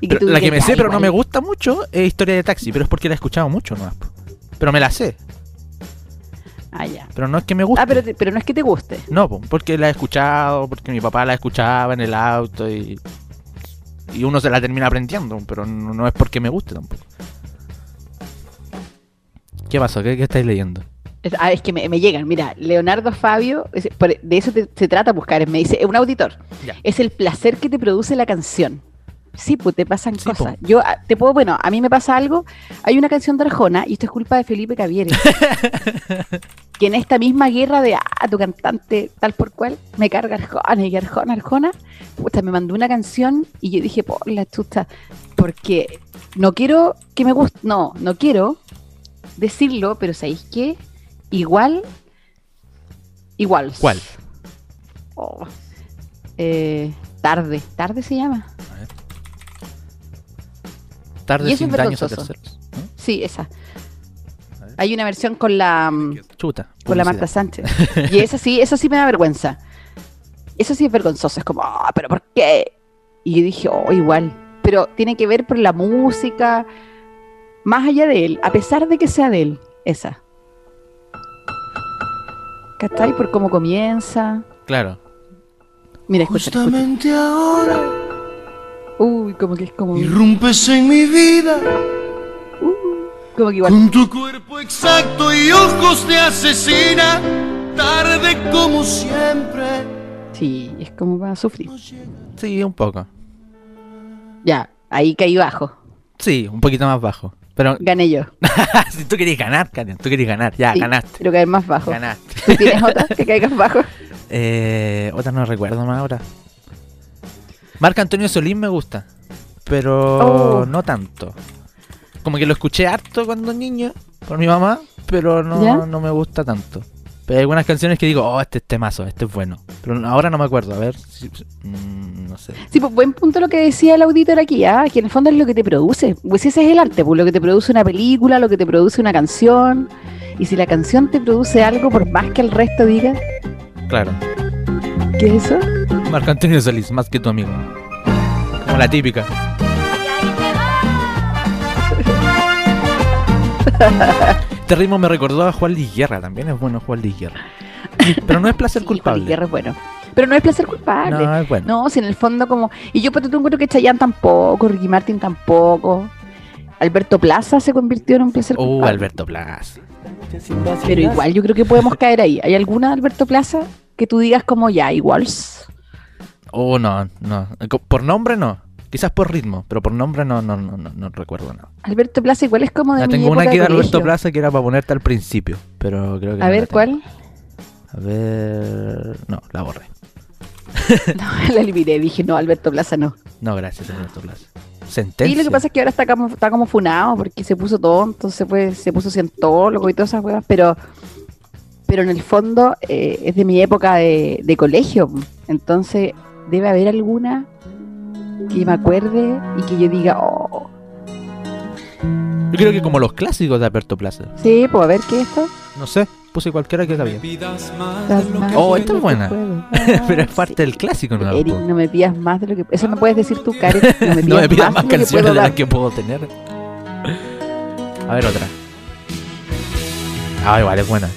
Speaker 2: Y
Speaker 3: Pero
Speaker 2: tú
Speaker 3: la que
Speaker 2: digas,
Speaker 3: me
Speaker 2: "Ya,
Speaker 3: sé, pero no
Speaker 2: igual".
Speaker 3: me gusta mucho, es Historia de Taxi, pero es porque la he escuchado mucho nomás. po. Pero me la sé,
Speaker 2: Ah, ya.
Speaker 3: pero no es que me guste.
Speaker 2: Ah, pero, te- pero no es que te guste.
Speaker 3: No, po, porque la he escuchado, porque mi papá la escuchaba en el auto y, y uno se la termina aprendiendo, pero no, no es porque me guste tampoco. ¿Qué pasó? ¿Qué, qué estáis leyendo?
Speaker 2: Es- Ah, es que me, me llegan. Mira, Leonardo Fabio, es- por- de eso te- se trata buscar. Me dice, un auditor,
Speaker 3: Ya.
Speaker 2: es el placer que te produce la canción. Sí, pues te pasan
Speaker 3: Sí,
Speaker 2: cosas. Yo ah, te puedo, bueno, a mí me pasa algo. Hay una canción de Arjona, y esto es culpa de Felipe Cavieres, que en esta misma guerra de, ah, tu cantante tal por cual, me carga Arjona y Arjona, Arjona, puta, me mandó una canción y yo dije, por la chusta, porque no quiero que me guste, no, no quiero decirlo, pero ¿sabéis qué? Igual, igual.
Speaker 3: ¿Cuál?
Speaker 2: Oh. Eh, tarde, tarde se llama.
Speaker 3: Tarde
Speaker 2: Y eso
Speaker 3: sin
Speaker 2: es
Speaker 3: daños a
Speaker 2: vergonzoso.
Speaker 3: terceros. ¿Eh?
Speaker 2: Sí, esa.
Speaker 3: A ver.
Speaker 2: Hay una versión con la mm,
Speaker 3: Chuta.
Speaker 2: con la
Speaker 3: publicidad.
Speaker 2: Marta Sánchez. Y esa sí, eso sí me da vergüenza. Eso sí es vergonzoso, es como, ah, pero ¿por qué? Y yo dije, oh, igual. Pero tiene que ver por la música, más allá de él, a pesar de que sea de él, esa. ¿Cachai? Por cómo comienza.
Speaker 3: Claro.
Speaker 2: Mira, escucha, escucha.
Speaker 4: Justamente ahora
Speaker 2: Uy, como que es como.
Speaker 4: irrumpes en mi vida
Speaker 2: uh, como que igual.
Speaker 4: con tu cuerpo exacto y ojos de asesina. Tarde como siempre.
Speaker 2: Sí, es como para sufrir.
Speaker 3: Sí, un poco.
Speaker 2: Ya, ahí caí bajo.
Speaker 3: Sí, un poquito más bajo. Pero
Speaker 2: Gané yo.
Speaker 3: si tú querías ganar, Karen, tú querías ganar. Ya,
Speaker 2: Sí,
Speaker 3: ganaste.
Speaker 2: Quiero caer más bajo.
Speaker 3: Ganaste.
Speaker 2: ¿Tú tienes otra que caigas bajo?
Speaker 3: Eh, otra no recuerdo más ahora. Marca Antonio Solín me gusta, pero
Speaker 2: Oh.
Speaker 3: no tanto. Como que lo escuché harto cuando niño por mi mamá, pero
Speaker 2: ¿Ya?
Speaker 3: no, no me gusta tanto. Pero hay algunas canciones que digo, oh, este es temazo, este es bueno. Pero no- ahora no me acuerdo, a ver. si- si- mm, no sé.
Speaker 2: Sí, pues buen punto lo que decía el auditor aquí, ¿ah? que en el fondo es lo que te produce. Pues ese es el arte, pues lo que te produce una película, lo que te produce una canción. Y si la canción te produce algo, por más que el resto diga,
Speaker 3: Claro.
Speaker 2: ¿qué es eso?
Speaker 3: Marco Antonio Solís, más que tu amigo. Como la típica. Este ritmo me recordó a Juan Liguerra, también es bueno Juan Liguerra. Pero no es placer
Speaker 2: Sí,
Speaker 3: culpable.
Speaker 2: Juan Guerra pues, es bueno. Pero no es placer culpable.
Speaker 3: No, es bueno.
Speaker 2: No, si en el fondo como... Y yo, pero tú encuentro que Chayanne tampoco, Ricky Martin tampoco. Alberto Plaza se convirtió en un placer
Speaker 3: Uh,
Speaker 2: culpable.
Speaker 3: Alberto Plaza.
Speaker 2: Pero igual yo creo que podemos caer ahí. ¿Hay alguna de Alberto Plaza que tú digas como ya, igual?
Speaker 3: Uh, Oh, no, no. Co- Por nombre no. Quizás por ritmo, pero por nombre no, no, no, no, no recuerdo nada.
Speaker 2: Alberto Plaza igual es como de
Speaker 3: Ya
Speaker 2: mi
Speaker 3: tengo
Speaker 2: época
Speaker 3: una
Speaker 2: de
Speaker 3: aquí de Alberto
Speaker 2: colegio.
Speaker 3: Plaza que era para ponerte al principio, pero creo que.
Speaker 2: A
Speaker 3: no la
Speaker 2: ver,
Speaker 3: tengo.
Speaker 2: ¿cuál?
Speaker 3: A ver. No, la borré.
Speaker 2: No, la eliminé, dije, no, Alberto Plaza no.
Speaker 3: No, gracias, Alberto Plaza.
Speaker 2: Y
Speaker 3: Sentencia.
Speaker 2: lo que pasa es que ahora está como, está como funado porque se puso tonto, se, fue, se puso cientólogo y todas esas huevas, pero, pero en el fondo eh, es de mi época de, de colegio. Entonces, debe haber alguna que me acuerde y que yo diga, oh,
Speaker 3: Yo creo que como los clásicos de Alberto Plaza.
Speaker 2: sí, pues a ver qué es esto.
Speaker 3: No sé, puse cualquiera que cabía.
Speaker 2: Das más
Speaker 3: Oh,
Speaker 2: de
Speaker 3: esta
Speaker 2: lo que
Speaker 3: es buena.
Speaker 2: puedo
Speaker 3: Pero
Speaker 2: dar.
Speaker 3: es parte del clásico, ¿no?
Speaker 2: Ah, Eric, no me pidas más de lo que. Eso me puedes decir tú, Karen. No me pidas,
Speaker 3: No me pidas más
Speaker 2: más, de lo que
Speaker 3: canciones
Speaker 2: puedo
Speaker 3: de las
Speaker 2: dar.
Speaker 3: que puedo tener. A ver otra. Ah, igual es buena.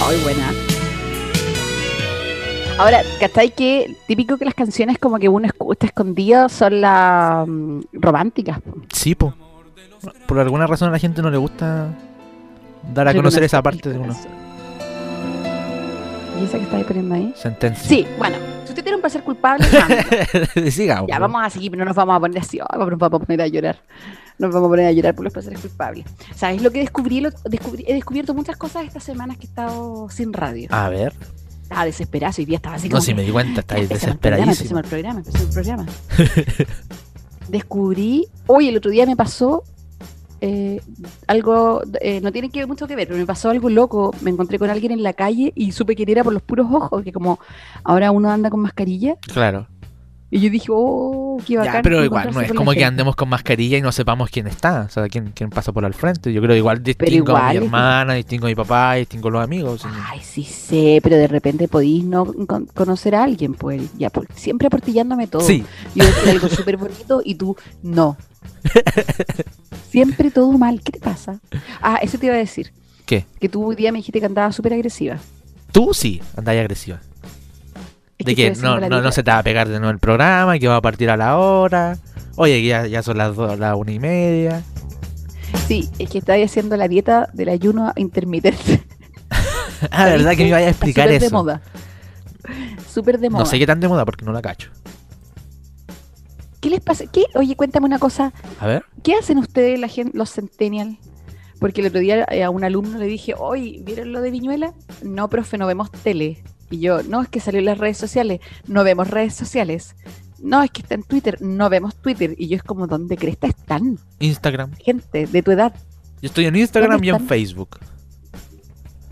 Speaker 2: Ay, buena. Ahora, ¿cachai que típico que las canciones como que uno escucha escondido son las mm, románticas? po?
Speaker 3: Sí, po. Por alguna razón a la gente no le gusta dar a
Speaker 2: Reconocer
Speaker 3: conocer esa
Speaker 2: el
Speaker 3: parte de uno.
Speaker 2: corazón. ¿Y esa que estáis poniendo ahí?
Speaker 3: Sentencia.
Speaker 2: Sí, bueno, si usted tiene un placer culpable, mande.
Speaker 3: Sigamos.
Speaker 2: Ya, vamos a seguir, pero no nos vamos a poner así, oh, nos vamos a poner a llorar. Nos vamos a poner a llorar por los placeres culpables. ¿Sabes lo que descubrí? Lo- descubrí- he descubierto muchas cosas estas semanas que he estado sin radio.
Speaker 3: A ver.
Speaker 2: Estaba desesperada, hoy día estaba así
Speaker 3: No,
Speaker 2: como...
Speaker 3: si
Speaker 2: que,
Speaker 3: me di cuenta,
Speaker 2: ya,
Speaker 3: estáis
Speaker 2: empecemos el programa,
Speaker 3: desesperadísimo.
Speaker 2: Empecemos el programa, empecemos el programa. descubrí, hoy el otro día me pasó eh, algo, eh, no tiene que, mucho que ver, pero me pasó algo loco. Me encontré con alguien en la calle y supe quién era por los puros ojos, que como ahora uno anda con mascarilla.
Speaker 3: Claro.
Speaker 2: Y yo dije, oh, qué
Speaker 3: Ya,
Speaker 2: bacán.
Speaker 3: pero igual no
Speaker 2: encontrarse
Speaker 3: es
Speaker 2: con la
Speaker 3: como que
Speaker 2: gente.
Speaker 3: andemos con mascarilla y no sepamos quién está, o sea, quién, quién pasa por al frente. Yo creo igual distingo a mi
Speaker 2: igual es-
Speaker 3: hermana, distingo a mi papá, distingo a los amigos.
Speaker 2: Ay, sí sé, pero de repente podís no con- conocer a alguien, pues, ya, por- siempre aportillándome todo.
Speaker 3: Sí,
Speaker 2: Yo decía algo súper bonito y tú, no. Siempre todo mal, ¿qué te pasa? Ah, eso te iba a decir.
Speaker 3: ¿Qué?
Speaker 2: Que tú un día me dijiste que andaba súper agresiva.
Speaker 3: tú sí andáis agresiva.
Speaker 2: Es
Speaker 3: De
Speaker 2: estoy
Speaker 3: que
Speaker 2: haciendo
Speaker 3: no,
Speaker 2: la
Speaker 3: no, no
Speaker 2: dieta.
Speaker 3: se te va a pegar de nuevo el programa, que va a partir a la hora. Oye, que ya, ya son las, dos, las una y media.
Speaker 2: Sí, es que estaba haciendo la dieta del ayuno intermitente.
Speaker 3: Ah, la verdad que me iba a
Speaker 2: Está
Speaker 3: explicar
Speaker 2: súper de
Speaker 3: eso.
Speaker 2: moda. Súper de moda.
Speaker 3: No sé qué tan de moda porque no la cacho.
Speaker 2: ¿Qué les pasa? ¿Qué? Oye, cuéntame una cosa.
Speaker 3: A ver.
Speaker 2: ¿Qué hacen ustedes la gen- los centennial? Porque el otro día eh, a un alumno le dije, oye, ¿vieron lo de Viñuela? No, profe, no vemos tele. Y yo, no, es que salió en las redes sociales. No vemos redes sociales. No, es que está en Twitter. No vemos Twitter. Y yo es como, ¿dónde cresta están?
Speaker 3: Instagram.
Speaker 2: Gente de tu edad.
Speaker 3: Yo estoy en Instagram
Speaker 2: ¿Dónde
Speaker 3: y en
Speaker 2: están?
Speaker 3: Facebook.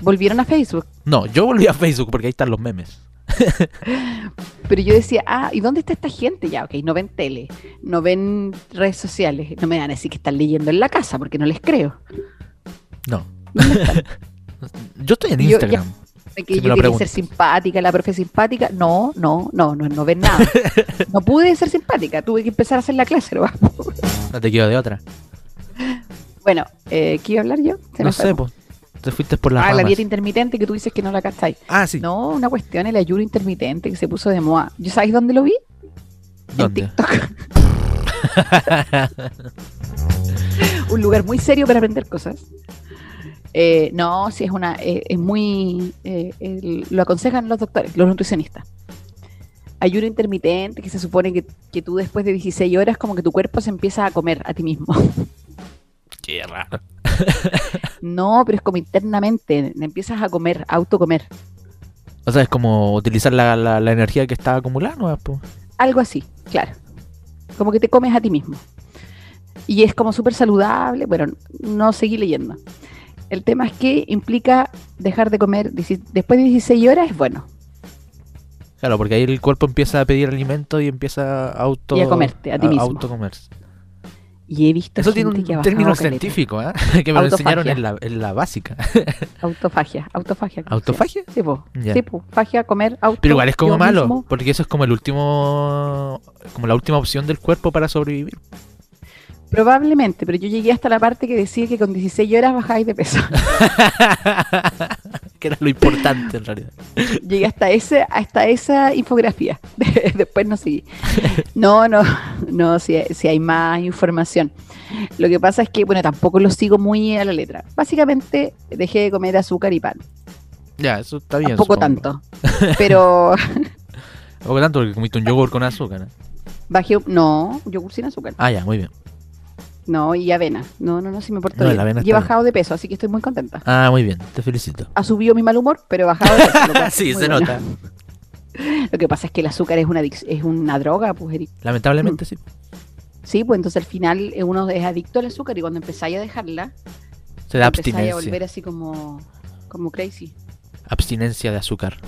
Speaker 2: Volvieron a Facebook.
Speaker 3: No, yo volví a Facebook porque ahí están los memes.
Speaker 2: Pero yo decía, ah, ¿y dónde está esta gente? Ya, ok, no ven tele. No ven redes sociales. No me van a decir que están leyendo en la casa porque no les creo.
Speaker 3: No.
Speaker 2: ¿Dónde están?
Speaker 3: Yo estoy en
Speaker 2: Yo- ya-
Speaker 3: Instagram.
Speaker 2: de que
Speaker 3: Si
Speaker 2: yo
Speaker 3: me
Speaker 2: quería
Speaker 3: lo
Speaker 2: ser
Speaker 3: preguntas.
Speaker 2: simpática, la profe simpática. No, no, no, no, no ven nada. No pude ser simpática, tuve que empezar a hacer la clase. ¿no?
Speaker 3: No te quedo de otra.
Speaker 2: Bueno, eh, ¿qué iba a hablar yo? Se
Speaker 3: no
Speaker 2: me fue.
Speaker 3: sé, pues. Te fuiste por las
Speaker 2: ah, la
Speaker 3: ramas.
Speaker 2: dieta intermitente que tú dices que no la gastáis.
Speaker 3: Ah, sí.
Speaker 2: No, una cuestión, el ayuno intermitente que se puso de moda. ¿Yo sabéis dónde lo vi?
Speaker 3: ¿Dónde?
Speaker 2: En TikTok. Un lugar muy serio para aprender cosas. Eh, no, sí, es una. eh, es muy. eh, el- lo aconsejan los doctores, los nutricionistas. Ayuno intermitente que se supone que, que tú después de 16 horas, como que tu cuerpo se empieza a comer a ti mismo.
Speaker 3: Qué raro.
Speaker 2: No, pero es como internamente, empiezas a comer, a autocomer.
Speaker 3: O sea, es como utilizar la, la, la energía que estaba acumulando, pues.
Speaker 2: Algo así, claro. Como que te comes a ti mismo. Y es como súper saludable. Bueno, no seguí leyendo. El tema es que implica dejar de comer dieci- después de 16 horas, es bueno,
Speaker 3: Claro, porque ahí el cuerpo empieza a pedir alimento y empieza a auto...
Speaker 2: Y a comerte, a ti mismo.
Speaker 3: autocomer.
Speaker 2: Y he visto
Speaker 3: Eso
Speaker 2: gente
Speaker 3: tiene un
Speaker 2: que ha bajado
Speaker 3: término
Speaker 2: caleta.
Speaker 3: científico, ¿eh? que me lo enseñaron
Speaker 2: Autofagia.
Speaker 3: en la, en la básica.
Speaker 2: Autofagia, autofagia. creo que se llama.
Speaker 3: ¿Autofagia?
Speaker 2: Sí, po.
Speaker 3: Ya.
Speaker 2: Sí, po. Fagia, comer, auto.
Speaker 3: Pero igual es como
Speaker 2: yo
Speaker 3: malo,
Speaker 2: mismo.
Speaker 3: porque eso es como el último... Como la última opción del cuerpo para sobrevivir.
Speaker 2: Probablemente, pero yo llegué hasta la parte que decía que con 16 horas bajáis de peso.
Speaker 3: que era lo importante, en realidad.
Speaker 2: Llegué hasta ese, hasta esa infografía. Después no seguí. No, no, no, si, si hay más información. Lo que pasa es que, bueno, tampoco lo sigo muy a la letra. Básicamente dejé de comer azúcar y pan.
Speaker 3: Ya, eso está bien.
Speaker 2: Tampoco
Speaker 3: supongo.
Speaker 2: tanto. Pero
Speaker 3: Tampoco tanto porque comiste un yogur con azúcar. ¿eh?
Speaker 2: bajé. un- No, yogur sin azúcar.
Speaker 3: Ah, ya, muy bien.
Speaker 2: No, y avena. No, no, no, si me porto
Speaker 3: No, la
Speaker 2: bien.
Speaker 3: avena
Speaker 2: y he
Speaker 3: está bien.
Speaker 2: bajado de peso, así que estoy muy contenta.
Speaker 3: Ah, muy bien, te felicito.
Speaker 2: Ha subido mi mal humor, pero he bajado de peso. lo cual es
Speaker 3: sí,
Speaker 2: muy
Speaker 3: se
Speaker 2: bueno.
Speaker 3: nota.
Speaker 2: Lo que pasa es que el azúcar es una, adic- es una droga, pues, Eric.
Speaker 3: Lamentablemente sí.
Speaker 2: Sí, pues entonces al final eh, uno es adicto al azúcar y cuando empezáis a dejarla,
Speaker 3: Se da
Speaker 2: empezáis a volver
Speaker 3: abstinencia.
Speaker 2: así como, como crazy.
Speaker 3: Abstinencia de azúcar.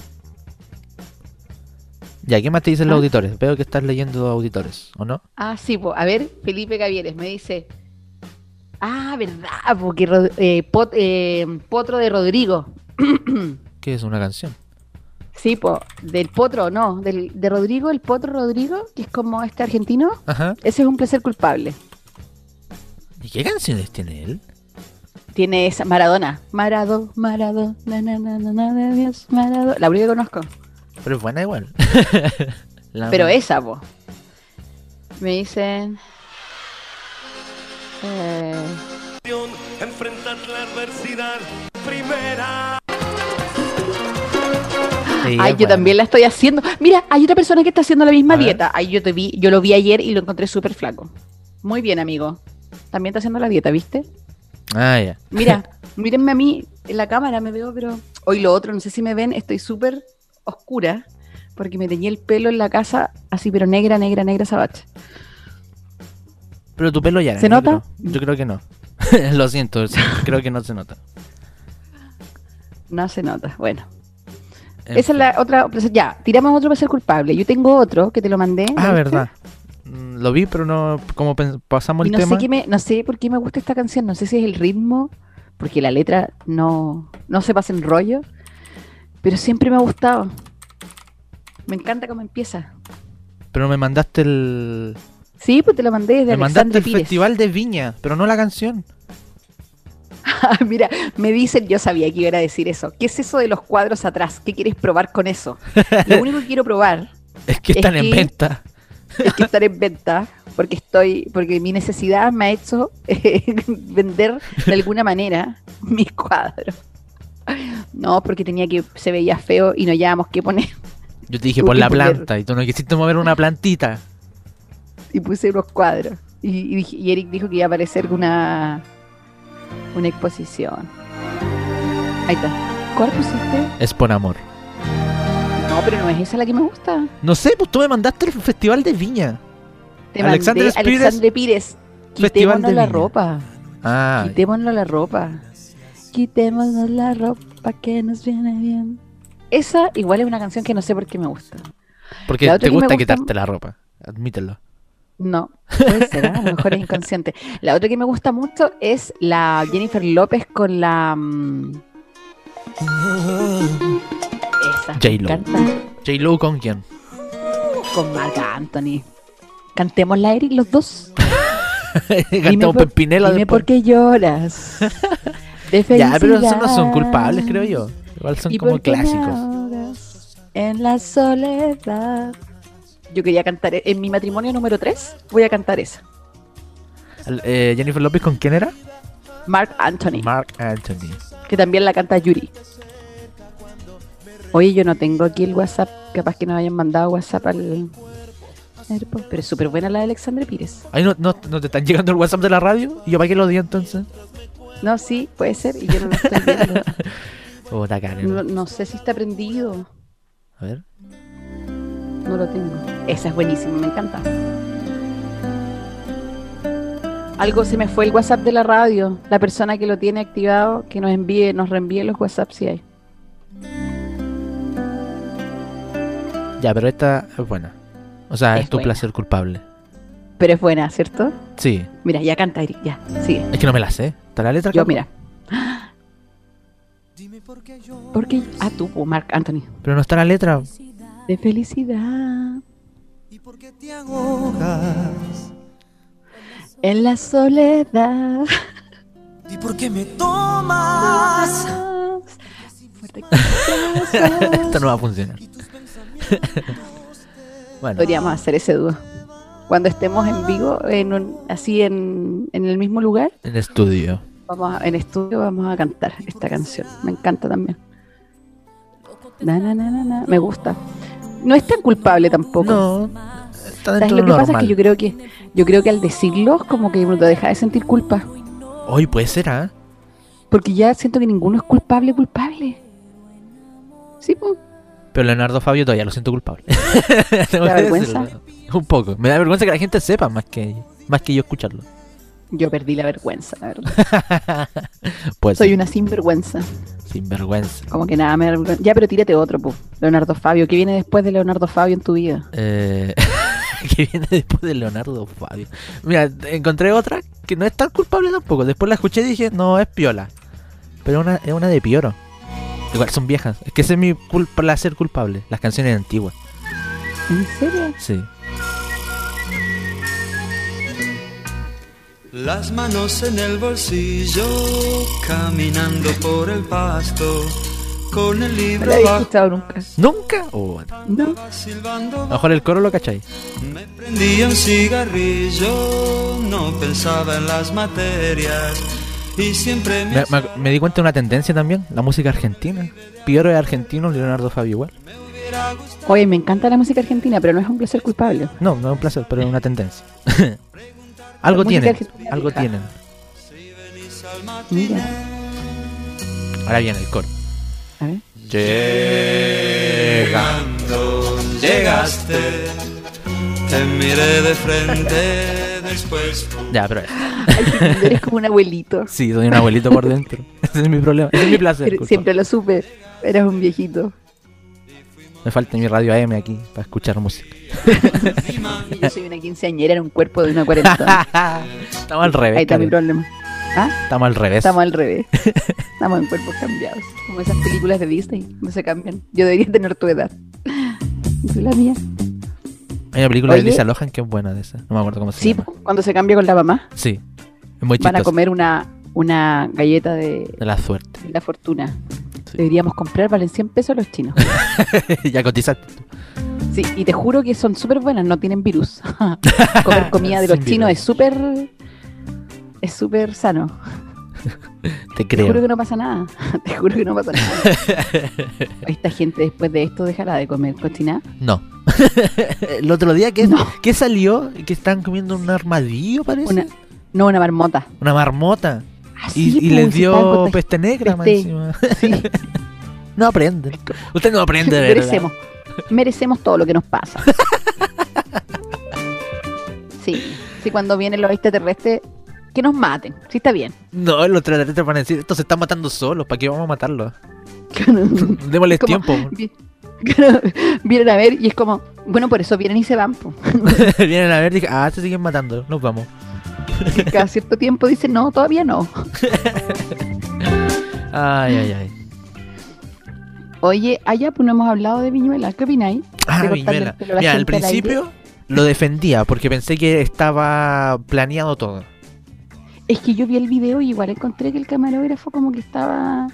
Speaker 3: Ya, ¿qué más te dicen los
Speaker 2: Ah.
Speaker 3: auditores? Veo que estás leyendo auditores, ¿o no?
Speaker 2: Ah, sí, pues, a ver, Felipe Gavieres me dice. Ah, verdad, porque Rod- eh, Pot- eh, Potro de Rodrigo.
Speaker 3: ¿Qué es una canción?
Speaker 2: Sí, po, del potro, no, del, de Rodrigo, el potro Rodrigo, que es como este argentino,
Speaker 3: Ajá.
Speaker 2: ese es un placer culpable.
Speaker 3: ¿Y qué canciones tiene él?
Speaker 2: Tiene esa, Maradona, Marado, Marado, na, na, na, na, na, na, Dios, Marado, la única que conozco,
Speaker 3: Pero es buena igual. La-
Speaker 2: pero esa, po. Me dicen... eh,
Speaker 4: Enfrentar la adversidad primera.
Speaker 3: Sí, es
Speaker 2: ay, yo
Speaker 3: buena.
Speaker 2: también la estoy haciendo. Mira, hay otra persona que está haciendo la misma
Speaker 3: A ver.
Speaker 2: dieta. Ay, yo te vi, yo lo vi ayer y lo encontré súper flaco. Muy bien, amigo. También está haciendo la dieta, ¿viste?
Speaker 3: Ah, ya.
Speaker 2: Mira, mírenme a mí en la cámara, me veo, pero hoy lo otro, no sé si me ven, estoy súper oscura porque me teñí el pelo en la casa así, pero negra, negra, negra sabache.
Speaker 3: Pero tu pelo ya era
Speaker 2: ¿Se
Speaker 3: negro.
Speaker 2: nota?
Speaker 3: Yo creo que no. Lo siento, sí, creo que no se nota.
Speaker 2: No se nota. Bueno,
Speaker 3: En
Speaker 2: esa
Speaker 3: fin.
Speaker 2: es la otra. pues ya, tiramos otro para ser culpable. Yo tengo otro que te lo mandé. ¿lo
Speaker 3: Ah,
Speaker 2: viste?
Speaker 3: verdad. Mm, Lo vi, pero no. Como pen- pasamos
Speaker 2: Y
Speaker 3: el
Speaker 2: no
Speaker 3: tema.
Speaker 2: sé, qué me, no sé por qué me gusta esta canción, no sé si es el ritmo, porque la letra no, no se pasa en rollo, pero siempre me ha gustado. Me encanta cómo empieza.
Speaker 3: Pero me mandaste el.
Speaker 2: Sí, pues te lo mandé desde
Speaker 3: me mandaste
Speaker 2: Alexandre
Speaker 3: el
Speaker 2: Pires.
Speaker 3: festival de Viña, pero no la canción.
Speaker 2: Ah, Mira, me dicen, yo sabía que iban a decir eso. ¿Qué es eso de los cuadros atrás? ¿Qué quieres probar con eso? Lo único que quiero probar
Speaker 3: Es que
Speaker 2: Es
Speaker 3: están en
Speaker 2: que-
Speaker 3: venta.
Speaker 2: es que estar en venta, porque estoy, porque mi necesidad me ha hecho eh, vender de alguna manera mis cuadros. No, porque tenía que, se veía feo y no hallábamos qué poner.
Speaker 3: Yo te dije
Speaker 2: Tuve
Speaker 3: por
Speaker 2: que
Speaker 3: la
Speaker 2: poner-
Speaker 3: planta y tú no quisiste mover una plantita.
Speaker 2: Y puse unos cuadros. Y, y dije- y Eric dijo que iba a aparecer una, una exposición. Ahí está. ¿Cuál pusiste?
Speaker 3: Es por amor.
Speaker 2: No, pero no es esa la que me gusta.
Speaker 3: No sé, pues tú me mandaste el festival de Viña.
Speaker 2: Te
Speaker 3: Alexandre
Speaker 2: mandé
Speaker 3: Pires,
Speaker 2: Alexandre Pires.
Speaker 3: Festival
Speaker 2: Quitémonos
Speaker 3: de
Speaker 2: la
Speaker 3: Viña.
Speaker 2: ropa.
Speaker 3: Ah,
Speaker 2: Quitémonos la ropa. Quitémonos la ropa que nos viene bien. Esa igual es una canción que no sé por qué me gusta.
Speaker 3: porque
Speaker 2: la otra
Speaker 3: te
Speaker 2: que me
Speaker 3: gusta,
Speaker 2: gusta-
Speaker 3: quitarte la ropa. Admítelo.
Speaker 2: No, puede ser, ¿ah? a lo mejor es inconsciente. La otra que me gusta mucho es la Jennifer López con la. mm, Esa. me
Speaker 3: J-Lo.
Speaker 2: encanta,
Speaker 3: J-Lo con quién?
Speaker 2: Con Marc Anthony. Cantemos la Eric los dos.
Speaker 3: Cantamos
Speaker 2: por-
Speaker 3: Pepinela
Speaker 2: Dime
Speaker 3: después.
Speaker 2: por qué lloras. De
Speaker 3: Ya, pero esos no son
Speaker 2: felicidad.
Speaker 3: culpables, creo yo. Igual son
Speaker 2: ¿Y
Speaker 3: como
Speaker 2: por qué me
Speaker 3: clásicos.
Speaker 2: ahogas En la soledad. Yo quería cantar, en mi matrimonio número 3, voy a cantar esa.
Speaker 3: Eh, Jennifer López, ¿con quién era?
Speaker 2: Mark Anthony,
Speaker 3: Mark Anthony.
Speaker 2: que también la canta Yuri. Oye, yo no tengo aquí el WhatsApp, capaz que nos hayan mandado WhatsApp al... Pero es súper buena la de Alexandre Pires.
Speaker 3: Ay, ¿no, no, no te están llegando el WhatsApp de la radio? ¿Y yo para qué lo di entonces?
Speaker 2: No, sí, puede ser, y yo no lo estoy viendo.
Speaker 3: Oh, la cara,
Speaker 2: No, no sé si está prendido,
Speaker 3: A ver.
Speaker 2: no lo tengo. Esa es buenísima, me encanta. Algo se me fue el WhatsApp de la radio. La persona que lo tiene activado, que nos envíe, nos reenvíe los WhatsApp si hay.
Speaker 3: Ya, pero esta es buena. O sea, es,
Speaker 2: Es
Speaker 3: tu
Speaker 2: buena.
Speaker 3: placer culpable.
Speaker 2: Pero es buena, ¿cierto?
Speaker 3: Sí.
Speaker 2: Mira, ya canta Eric, ya, sigue.
Speaker 3: Es que no me la sé. ¿Está la letra?
Speaker 2: Yo,
Speaker 3: acá?
Speaker 2: mira. Porque ah, tú, po, Mark Anthony.
Speaker 3: Pero no está la letra.
Speaker 2: De felicidad. En la soledad.
Speaker 6: ¿Y por qué me tomas?
Speaker 2: Fuerte abrazo.
Speaker 3: Esta no va a funcionar. bueno,
Speaker 2: Podríamos hacer ese dúo. Cuando estemos en vivo, en un- así en, en el mismo lugar,
Speaker 3: en estudio.
Speaker 2: vamos a- en estudio vamos a cantar esta canción. Me encanta también. Na, na, na, na, na. Me gusta. No es tan culpable tampoco.
Speaker 3: No, está
Speaker 2: ¿Sabes?
Speaker 3: dentro
Speaker 2: Lo
Speaker 3: de
Speaker 2: que
Speaker 3: lo
Speaker 2: pasa es que yo creo
Speaker 3: normal.
Speaker 2: que yo creo que al decirlos como que uno deja de sentir culpa,
Speaker 3: Hoy puede ser, ¿ah?
Speaker 2: porque ya siento que ninguno es culpable culpable. Sí, po.
Speaker 3: Pero Leonardo Fabio todavía lo siento culpable. Tengo
Speaker 2: da
Speaker 3: que
Speaker 2: vergüenza?
Speaker 3: decirlo. Un poco. Me da vergüenza que la gente sepa más que, más que yo escucharlo.
Speaker 2: yo perdí la vergüenza, la verdad.
Speaker 3: Pues
Speaker 2: Soy una sinvergüenza,
Speaker 3: sin vergüenza.
Speaker 2: como que nada me da vergüenza. Ya, pero tírate otro, po. Leonardo Fabio, ¿qué viene después de Leonardo Fabio en tu vida?
Speaker 3: Eh, que viene después de Leonardo Fabio. Mira, encontré otra que no es tan culpable tampoco. Después la escuché y dije, no, es piola. Pero una, es una de pioro. Igual son viejas. Es que ese es mi cul- placer culpable. Las canciones antiguas.
Speaker 2: ¿En serio?
Speaker 3: Sí.
Speaker 6: Las manos en el bolsillo, caminando por el pasto, con el
Speaker 2: No la
Speaker 6: libro
Speaker 2: había
Speaker 6: bajo,
Speaker 2: escuchado nunca.
Speaker 3: ¿Nunca? Oh, a
Speaker 2: No.
Speaker 6: silbando
Speaker 3: lo mejor el coro lo cachai.
Speaker 6: Me prendía un cigarrillo, no pensaba en las materias y siempre me,
Speaker 3: Me, me- me di cuenta de una tendencia también. La música argentina. Pioro es argentino, Leonardo Fabio igual.
Speaker 6: hubiera gustado
Speaker 2: Oye, me encanta la música argentina, pero no es un placer culpable.
Speaker 3: No, no es un placer, pero es una tendencia.
Speaker 2: La música
Speaker 3: algo tienen.
Speaker 2: argentina
Speaker 3: Algo
Speaker 2: vieja.
Speaker 3: tienen.
Speaker 6: al
Speaker 2: Mira,
Speaker 3: Ahora viene el coro.
Speaker 2: a ver.
Speaker 6: Llegando, llegaste, te miré de frente, después
Speaker 3: Ya, pero.
Speaker 2: Eres como un abuelito.
Speaker 3: Sí, soy un abuelito por dentro. Ese es mi problema. Ese es mi placer.
Speaker 2: Pero
Speaker 3: culpa.
Speaker 2: Siempre lo supe. Eras un viejito.
Speaker 3: Me falta mi radio AM aquí para escuchar música.
Speaker 2: Y yo soy una quinceañera en un cuerpo de una cuarentona.
Speaker 3: Estamos al
Speaker 2: Ahí
Speaker 3: revés.
Speaker 2: está mi
Speaker 3: Karen.
Speaker 2: problema.
Speaker 3: Estamos al revés.
Speaker 2: Estamos al revés. Estamos en cuerpos cambiados. Como esas películas de Disney, no se cambian. Yo debería tener tu edad. Y tú la mía.
Speaker 3: Hay una película de
Speaker 2: Oye.
Speaker 3: Lisa Lohan que es buena de esa. No me acuerdo cómo se
Speaker 2: Sí,
Speaker 3: llama.
Speaker 2: cuando se cambia con la mamá,
Speaker 3: Sí. Es muy
Speaker 2: van a
Speaker 3: chistosa.
Speaker 2: comer una, una galleta de
Speaker 3: De la suerte.
Speaker 2: la fortuna.
Speaker 3: Sí.
Speaker 2: Deberíamos comprar, valen 100 pesos los chinos.
Speaker 3: ya cotizaste. tú.
Speaker 2: Sí, y te juro que son súper buenas, no tienen virus. Comer comida de los
Speaker 3: Sin
Speaker 2: chinos
Speaker 3: virus.
Speaker 2: es súper. Es súper sano.
Speaker 3: Te
Speaker 2: Te juro
Speaker 3: creo.
Speaker 2: que no pasa nada. Te juro que no pasa nada. Esta gente después de esto dejará de comer cochinada.
Speaker 3: No. el otro día que,
Speaker 2: No.
Speaker 3: que salió, que estaban comiendo un armadillo, parece.
Speaker 2: Una,
Speaker 3: Una,
Speaker 2: no, una marmota.
Speaker 3: marmota.
Speaker 2: Ah,
Speaker 3: Y,
Speaker 2: sí,
Speaker 3: y
Speaker 2: pues,
Speaker 3: les
Speaker 2: si estaban
Speaker 3: dio
Speaker 2: contagi-
Speaker 3: peste negra más
Speaker 2: peste.
Speaker 3: encima.
Speaker 2: Sí.
Speaker 3: No aprenden. Usted no aprende, de ¿verdad?
Speaker 2: merecemos. Merecemos todo lo que nos pasa. sí. Sí, cuando vienen los extraterrestres, que nos maten. Sí, está bien.
Speaker 3: No, los extraterrestres van a decir, estos se están matando solos, ¿para qué vamos a matarlos? Démosles
Speaker 2: Como-
Speaker 3: tiempo.
Speaker 2: Vi- Claro, vienen a ver y es como, bueno, por eso vienen y se van. po.
Speaker 3: Vienen a ver, dije, ah, se siguen matando, nos vamos.
Speaker 2: Y Cada cierto tiempo dicen, no, todavía no.
Speaker 3: Ay, ay, ay.
Speaker 2: Oye, allá pues no hemos hablado de Viñuela, ¿qué opináis?
Speaker 3: Ah,
Speaker 2: De cortarle
Speaker 3: Viñuela.
Speaker 2: el pelo a la
Speaker 3: Mira, al
Speaker 2: gente al
Speaker 3: principio lo defendía porque pensé que estaba planeado todo.
Speaker 2: Es que yo vi el video y igual encontré que el camarógrafo como que estaba...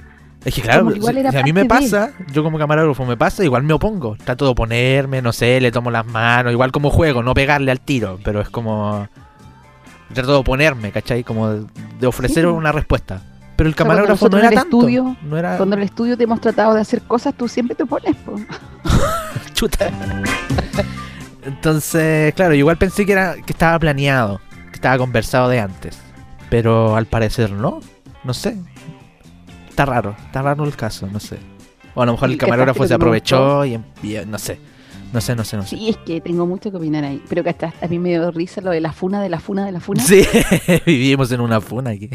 Speaker 3: Es que claro,
Speaker 2: Como que igual
Speaker 3: si,
Speaker 2: era
Speaker 3: si a mí me
Speaker 2: parte de-
Speaker 3: pasa, yo como camarógrafo me pasa, igual me opongo. Trato de oponerme, no sé, le tomo las manos, igual como juego, no pegarle al tiro, pero es como... Trato de oponerme, ¿cachai? Como de- de ofrecer
Speaker 2: Sí.
Speaker 3: una respuesta. Pero el
Speaker 2: sea, cuando
Speaker 3: camarógrafo no
Speaker 2: nosotros
Speaker 3: era
Speaker 2: en el
Speaker 3: tanto.
Speaker 2: estudio,
Speaker 3: no era...
Speaker 2: Cuando en el estudio te hemos tratado de hacer cosas, tú siempre te pones. po.
Speaker 3: Chuta. Entonces, claro, igual pensé que era que estaba planeado, que estaba conversado de antes, pero al parecer no. No sé. Está raro, está raro el caso, no sé. O a lo mejor
Speaker 2: Y
Speaker 3: el
Speaker 2: el capaz
Speaker 3: camarógrafo
Speaker 2: que
Speaker 3: se
Speaker 2: lo que me
Speaker 3: aprovechó y, em, y- eh, no sé. No sé, no sé, no sé.
Speaker 2: Sí, es que tengo mucho que opinar ahí. Pero que hasta a mí me dio risa lo de la funa, de la funa, de la funa.
Speaker 3: Sí, vivimos en una funa aquí.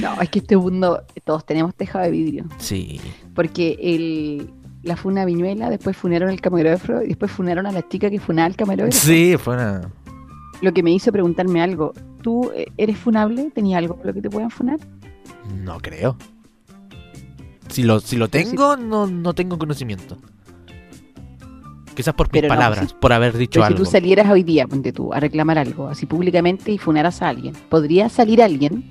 Speaker 2: No, es que este mundo, todos tenemos tejado de vidrio.
Speaker 3: Sí.
Speaker 2: Porque el, la funa a Viñuela, después funaron al camarógrafo y después funaron a la chica que funaba al camarógrafo.
Speaker 3: Sí, fue una...
Speaker 2: Lo que me hizo preguntarme algo. ¿Tú eh, eres funable? ¿Tenías algo por lo que te puedan funar?
Speaker 3: No creo. Si lo, si lo tengo, no, no tengo conocimiento. Quizás por mis
Speaker 2: Pero no,
Speaker 3: palabras, por haber dicho
Speaker 2: Pero si
Speaker 3: algo.
Speaker 2: tú salieras hoy día, ponte tú, a reclamar algo, así públicamente y funaras a alguien, ¿podría salir alguien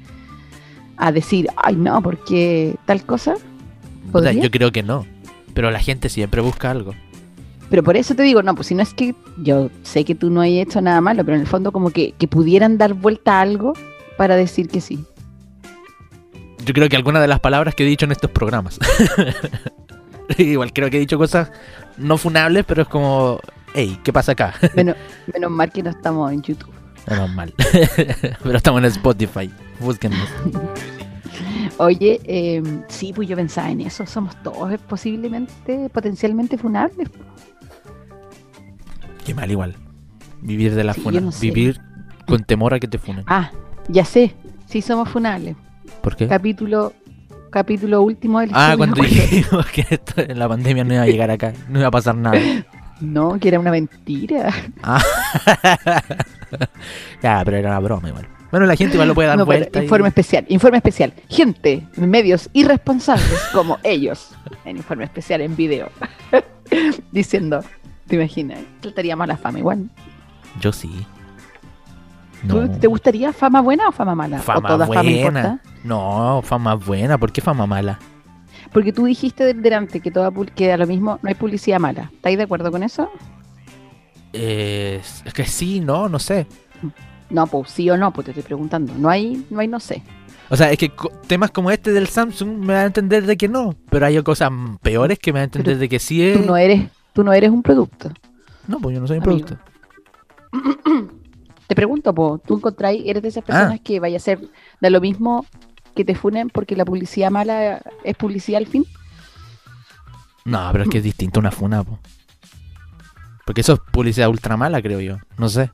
Speaker 2: a decir, ay no, porque tal cosa?
Speaker 3: Puta,
Speaker 2: ¿Podría?
Speaker 3: Yo creo que no. Pero la gente siempre busca algo.
Speaker 2: Pero por eso te digo, no, pues si no es que yo sé que tú no has hecho nada malo, pero en el fondo como que, que pudieran dar vuelta a algo para decir que sí.
Speaker 3: Yo creo que alguna de las palabras que he dicho en estos programas. Igual creo que he dicho cosas no funables, pero es como, hey, ¿qué pasa acá?
Speaker 2: Menos, menos mal que no estamos en YouTube.
Speaker 3: Menos mal. pero estamos en Spotify. Búsquennos.
Speaker 2: Oye, eh, sí, pues yo pensaba en eso. Somos todos posiblemente, potencialmente funables.
Speaker 3: Qué mal igual. Vivir de la
Speaker 2: Sí,
Speaker 3: funa.
Speaker 2: yo no sé.
Speaker 3: Vivir con temor a que te funen.
Speaker 2: Ah, ya sé. Sí, somos funables.
Speaker 3: ¿Por qué?
Speaker 2: Capítulo capítulo último del
Speaker 3: ¿Eh? Ah,
Speaker 2: estudio.
Speaker 3: cuando dijimos que esto en la pandemia no iba a llegar acá, no iba a pasar nada.
Speaker 2: No, que era una mentira.
Speaker 3: Ah. ya, pero era una broma igual. Bueno, la gente igual lo puede dar
Speaker 2: No, pero
Speaker 3: vuelta. y-
Speaker 2: informe especial, informe especial. Gente, medios irresponsables como ellos, en informe especial en video, diciendo, ¿te imaginas? Trataríamos la fama igual.
Speaker 3: Yo sí.
Speaker 2: ¿Tú-
Speaker 3: No.
Speaker 2: ¿Te gustaría fama buena o fama mala?
Speaker 3: Fama
Speaker 2: ¿O toda fama
Speaker 3: buena.
Speaker 2: importa?
Speaker 3: no, fama buena. ¿Por qué fama mala?
Speaker 2: Porque tú dijiste del- delante que toda pul- que a lo mismo no hay publicidad mala. ¿Estáis de acuerdo con eso?
Speaker 3: Eh, es es que sí, no, no sé.
Speaker 2: No, pues sí o no, pues te estoy preguntando. No hay, no hay, no sé.
Speaker 3: O sea, es que co- temas como este del Samsung me dan a entender de que no. Pero hay cosas peores que me dan a entender
Speaker 2: Pero
Speaker 3: de que sí es.
Speaker 2: Tú no eres, tú no eres un producto.
Speaker 3: No, pues yo no soy un
Speaker 2: Amigo.
Speaker 3: producto.
Speaker 2: Te pregunto, po, tú encontráis, eres de esas personas que vaya a ser de lo mismo que te funen porque la publicidad mala es publicidad al fin.
Speaker 3: No, pero es que es distinto una funa, po. Porque eso es publicidad ultra mala, creo yo. No sé.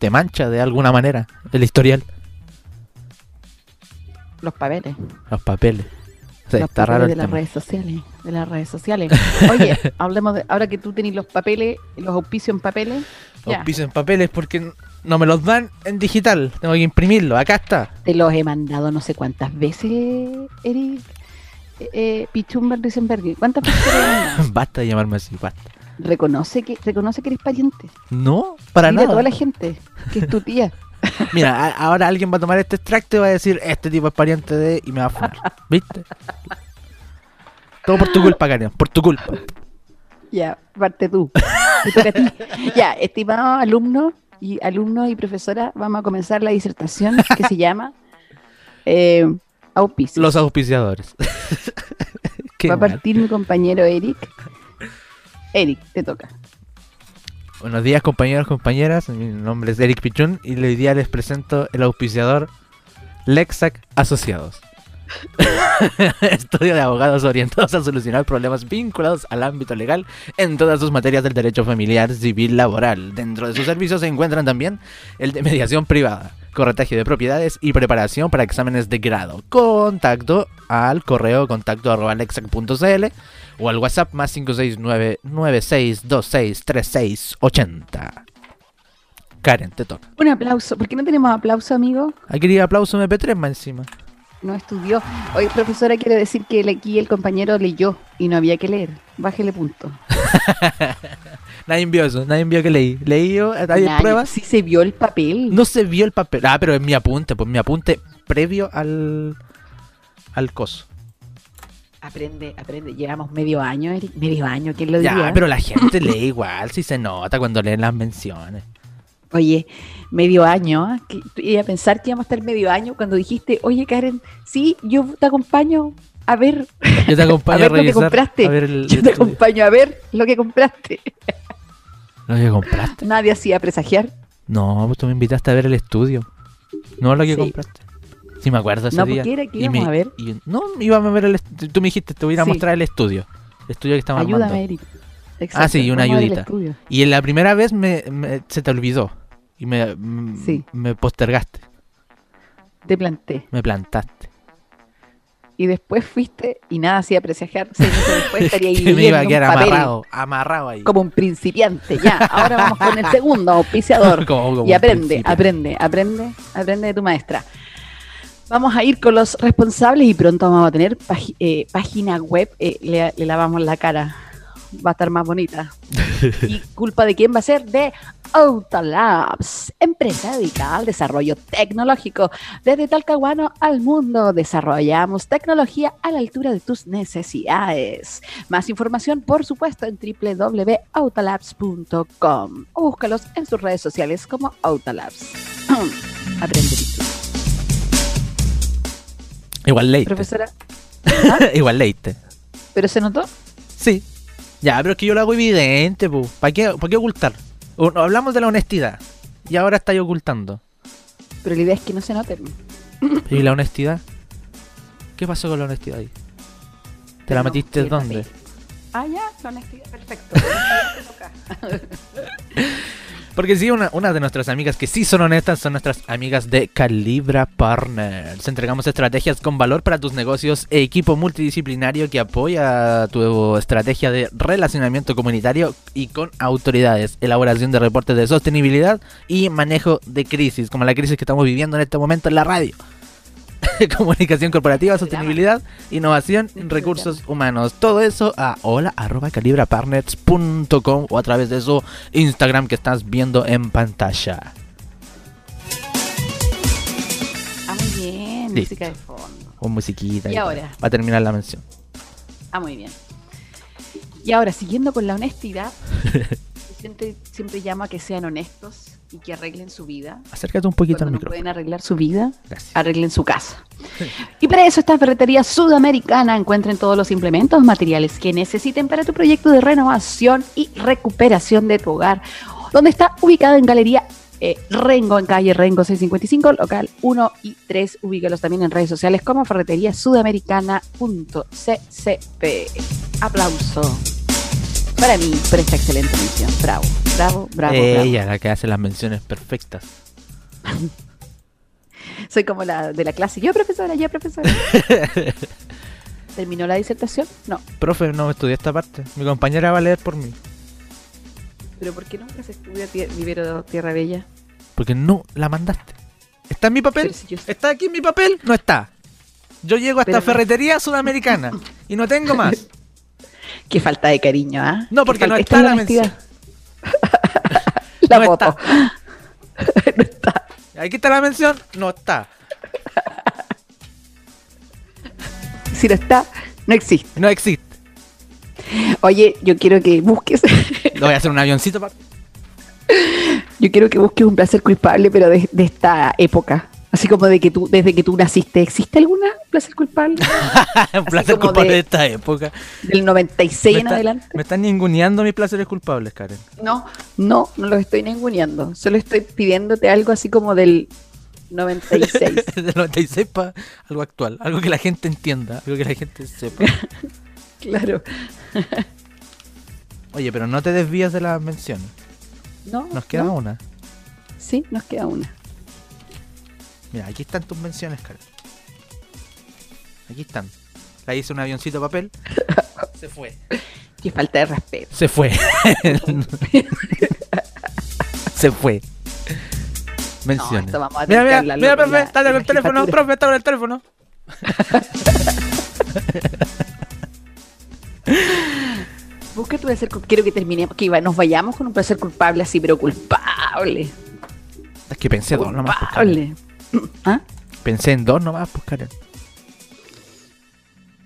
Speaker 3: Te mancha de alguna manera el historial,
Speaker 2: Los papeles.
Speaker 3: los papeles. O sea,
Speaker 2: los
Speaker 3: está
Speaker 2: papeles
Speaker 3: raro el
Speaker 2: de las
Speaker 3: tema.
Speaker 2: redes sociales. De las redes sociales. Oye, hablemos de, ahora que tú tenés los papeles, los auspicios en papeles. ya,
Speaker 3: Auspicio en papeles porque n- no me los dan en digital. Tengo que imprimirlo. Acá está.
Speaker 2: Te los he mandado no sé cuántas veces, Eric. Eh, eh, Pichumber Risenberger. ¿Cuántas veces te lo he mandado?
Speaker 3: basta de llamarme así, basta.
Speaker 2: Reconoce que, reconoce que eres pariente.
Speaker 3: No, para
Speaker 2: Dile a
Speaker 3: nada.
Speaker 2: toda la gente que es tu tía.
Speaker 3: Mira, a- ahora alguien va a tomar este extracto y va a decir, este tipo es pariente de... y me va a funar. ¿Viste? Todo por tu culpa, Karen. Por tu culpa.
Speaker 2: Ya, parte tú. Te toca a ti. Ya, estimados alumnos y alumnos y profesoras, vamos a comenzar la disertación que se llama eh, Auspicio.
Speaker 3: Los auspiciadores. Qué
Speaker 2: Va a
Speaker 3: mal.
Speaker 2: partir mi compañero Eric. Eric, te toca.
Speaker 3: Buenos días compañeros, compañeras, mi nombre es Eric Pichun y hoy día les presento el auspiciador Lexac Asociados. Estudio de abogados orientados a solucionar problemas vinculados al ámbito legal en todas sus materias del derecho familiar, civil, laboral. Dentro de sus servicios se encuentran también el de mediación privada, corretaje de propiedades y preparación para exámenes de grado. Contacto al correo contacto arroba lexac.cl o al WhatsApp más 569 96263680 Karen, te toca.
Speaker 2: Un aplauso. ¿Por qué no tenemos aplauso, amigo?
Speaker 3: Aquí quería aplauso MP3 más encima.
Speaker 2: No estudió. Oye, profesora, quiero decir que el- aquí el compañero leyó y no había que leer. Bájele punto.
Speaker 3: Nadie envió eso, nadie envió que leí. Leí yo, hay
Speaker 2: Nadie-
Speaker 3: pruebas.
Speaker 2: Sí se vio el papel.
Speaker 3: No se vio el papel. Ah, pero en mi apunte, pues mi apunte previo al al coso.
Speaker 2: Aprende, aprende. Llevamos medio año, Eric. Medio año, ¿quién lo diría?
Speaker 3: Ya, pero la gente lee igual, si se nota cuando leen las menciones.
Speaker 2: Oye, medio año, ¿ah? que tú ibas a pensar que íbamos a estar medio año cuando dijiste, oye Karen, sí, yo te acompaño a ver,
Speaker 3: Yo te acompaño
Speaker 2: A
Speaker 3: a,
Speaker 2: ver lo que
Speaker 3: revisar.
Speaker 2: compraste.
Speaker 3: A ver el,
Speaker 2: yo te acompaño a ver lo que compraste.
Speaker 3: ¿Lo que compraste?
Speaker 2: Nadie hacía presagiar.
Speaker 3: No, pues tú me invitaste a ver el estudio. No lo que
Speaker 2: Sí.
Speaker 3: compraste. Sí, me acuerdo ese
Speaker 2: No,
Speaker 3: día.
Speaker 2: porque era que
Speaker 3: Y
Speaker 2: íbamos
Speaker 3: me-
Speaker 2: a ver.
Speaker 3: y- no, íbamos a ver el estudio. Tú me dijiste, te voy a ir a
Speaker 2: Sí.
Speaker 3: mostrar el estudio. El estudio que estamos
Speaker 2: Ayúdame,
Speaker 3: armando.
Speaker 2: Eric.
Speaker 3: Ah, sí, una
Speaker 2: vamos a ver el
Speaker 3: ayudita.
Speaker 2: estudio.
Speaker 3: Y en la primera vez me, me- se te olvidó. Y me, m-
Speaker 2: Sí.
Speaker 3: me postergaste.
Speaker 2: Te planté.
Speaker 3: Me plantaste.
Speaker 2: Y después fuiste y nada hacía presagiar. Seis meses después estaría ahí
Speaker 3: que me iba
Speaker 2: leyendo
Speaker 3: a
Speaker 2: un
Speaker 3: quedar
Speaker 2: papel
Speaker 3: amarrado. Amarrado ahí.
Speaker 2: Como un principiante, ya. Ahora vamos con el segundo auspiciador.
Speaker 3: Como- como
Speaker 2: y aprende,
Speaker 3: principio.
Speaker 2: aprende, aprende, aprende de tu maestra. Vamos a ir con los responsables y pronto vamos a tener pagi- eh, página web. eh, le, le lavamos la cara. Va a estar más bonita. ¿Y culpa de quién va a ser? De Autolabs, empresa dedicada al desarrollo tecnológico. Desde Talcahuano al mundo desarrollamos tecnología a la altura de tus necesidades. Más información, por supuesto, en www.autolabs.com o búscalos en sus redes sociales como Autolabs. Aprende.
Speaker 3: Igual leíste.
Speaker 2: Profesora,
Speaker 3: Igual leíste.
Speaker 2: ¿pero se notó?
Speaker 3: Sí. Ya, pero es que yo lo hago evidente, po. ¿Para qué, para qué ocultar? O- no, hablamos de la honestidad. Y ahora estáis ocultando.
Speaker 2: Pero la idea es que no se noten.
Speaker 3: ¿Y la honestidad? ¿Qué pasó con la honestidad ahí? ¿Te la
Speaker 2: No,
Speaker 3: metiste
Speaker 2: sí,
Speaker 3: dónde?
Speaker 2: Ah, ya, la honestidad, perfecto.
Speaker 3: Porque sí, una, una de nuestras amigas que sí son honestas son nuestras amigas de Calibra Partners. Entregamos estrategias con valor para tus negocios e equipo multidisciplinario que apoya tu estrategia de relacionamiento comunitario y con autoridades, elaboración de reportes de sostenibilidad y manejo de crisis, como la crisis que estamos viviendo en este momento en la radio. Comunicación corporativa, sostenibilidad, innovación, recursos humanos. Todo eso a hola arroba calibrapartners.com o a través de su Instagram que estás viendo en pantalla.
Speaker 2: Ah, muy bien,
Speaker 3: Listo.
Speaker 2: música de fondo.
Speaker 3: O musiquita.
Speaker 2: Y
Speaker 3: tal.
Speaker 2: ahora.
Speaker 3: Va a terminar la mención.
Speaker 2: Ah, muy bien. Y ahora, siguiendo con la honestidad, siempre, siempre llamo a que sean honestos y que arreglen su vida.
Speaker 3: Acércate un poquito
Speaker 2: Cuando
Speaker 3: al
Speaker 2: no
Speaker 3: micrófono.
Speaker 2: pueden arreglar su vida,
Speaker 3: Gracias.
Speaker 2: arreglen su casa. Y para eso esta ferretería sudamericana encuentren todos los implementos, materiales que necesiten para tu proyecto de renovación y recuperación de tu hogar, donde está ubicada en Galería eh, Rengo, en calle Rengo 655, local 1 y 3. Ubícalos también en redes sociales como ferretería sudamericana.ccp. Aplauso para mí, por esta excelente misión. Bravo, bravo, bravo, bravo.
Speaker 3: Eh, Ella, la que hace las menciones perfectas.
Speaker 2: Soy como la de la clase. Yo, profesora, yo, profesora. ¿Terminó la disertación? No.
Speaker 3: Profe, no estudié esta parte. Mi compañera va a leer por mí.
Speaker 2: ¿Pero por qué nunca se estudia tie- Vivero Tierra Bella?
Speaker 3: Porque no la mandaste. ¿Está en mi papel?
Speaker 2: Pero si yo-
Speaker 3: ¿Está aquí en mi papel? No está. Yo llego hasta
Speaker 2: Pero no-
Speaker 3: Ferretería Sudamericana y no tengo más.
Speaker 2: Qué falta de cariño, ¿ah?
Speaker 3: No,
Speaker 2: Qué
Speaker 3: porque no
Speaker 2: falta- esta
Speaker 3: está
Speaker 2: es
Speaker 3: la mención.
Speaker 2: honestidad. la
Speaker 3: No
Speaker 2: foto.
Speaker 3: está. Aquí está la mención, no está.
Speaker 2: Si no está, no existe.
Speaker 3: No existe.
Speaker 2: Oye, yo quiero que busques,
Speaker 3: Le voy a hacer un avioncito para.
Speaker 2: yo quiero que busques un placer culpable, pero de, de esta época. Así como de que tú, desde que tú naciste, ¿existe alguna placer culpable?
Speaker 3: un placer
Speaker 2: como
Speaker 3: culpable de...
Speaker 2: de-
Speaker 3: esta época.
Speaker 2: Del 96
Speaker 3: me,
Speaker 2: en
Speaker 3: está-
Speaker 2: adelante.
Speaker 3: me están ninguneando mis placeres culpables, Karen.
Speaker 2: No, no, no los estoy ninguneando. Solo estoy pidiéndote algo así como del 96.
Speaker 3: Del 96 pa- algo actual, algo que la gente entienda, algo que la gente sepa.
Speaker 2: claro.
Speaker 3: Oye, pero no te desvías de las menciones.
Speaker 2: No,
Speaker 3: Nos queda
Speaker 2: no.
Speaker 3: una.
Speaker 2: Sí, nos queda una.
Speaker 3: Mira, aquí están tus menciones, Karen. Aquí están. La hice un avioncito de papel. Se fue.
Speaker 2: Qué falta de respeto.
Speaker 3: Se fue. Se fue. Menciones.
Speaker 2: esto vamos a tener
Speaker 3: mira,
Speaker 2: que
Speaker 3: mira,
Speaker 2: hablarlo
Speaker 3: mira,
Speaker 2: con
Speaker 3: profe,
Speaker 2: la-
Speaker 3: está
Speaker 2: con
Speaker 3: con
Speaker 2: la
Speaker 3: el teléfono,
Speaker 2: jefatura.
Speaker 3: profe, está con el teléfono.
Speaker 2: Busca tu placer culpable. Quiero que terminemos, que iba- nos vayamos con un placer culpable así, pero culpable.
Speaker 3: Es que pensé dos nomás. pues, Karen.
Speaker 2: Culpable. ¿Ah?
Speaker 3: Pensé en dos nomás, pues, Karen.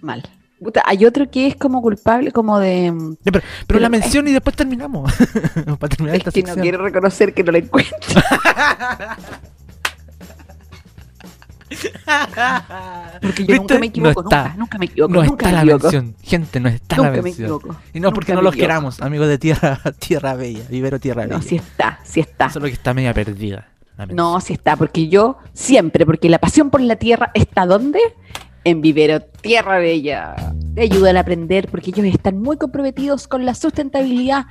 Speaker 2: Mal. Puta, hay otro que es como culpable, como de... mm,
Speaker 3: Ya, pero, pero la
Speaker 2: Pero-
Speaker 3: mención y después terminamos. Para terminar
Speaker 2: Es
Speaker 3: esta
Speaker 2: que no
Speaker 3: sección.
Speaker 2: quiere reconocer que no lo encuentro. Porque yo
Speaker 3: ¿Viste?
Speaker 2: nunca me equivoco,
Speaker 3: No está.
Speaker 2: nunca, nunca me equivoco,
Speaker 3: No
Speaker 2: nunca
Speaker 3: está la
Speaker 2: me equivoco.
Speaker 3: mención. Gente, no está
Speaker 2: Nunca
Speaker 3: la
Speaker 2: me
Speaker 3: mención.
Speaker 2: equivoco.
Speaker 3: Y no porque
Speaker 2: Nunca
Speaker 3: no
Speaker 2: me
Speaker 3: los
Speaker 2: equivoco.
Speaker 3: queramos, amigos de Tierra, tierra Bella, Vivero Tierra Bella.
Speaker 2: No, sí está, sí está.
Speaker 3: Solo que está media perdida. la mención.
Speaker 2: No, sí está, porque yo siempre, porque la pasión por la tierra está ¿dónde? En Vivero Tierra Bella. Te ayudan a aprender porque ellos están muy comprometidos con la sustentabilidad,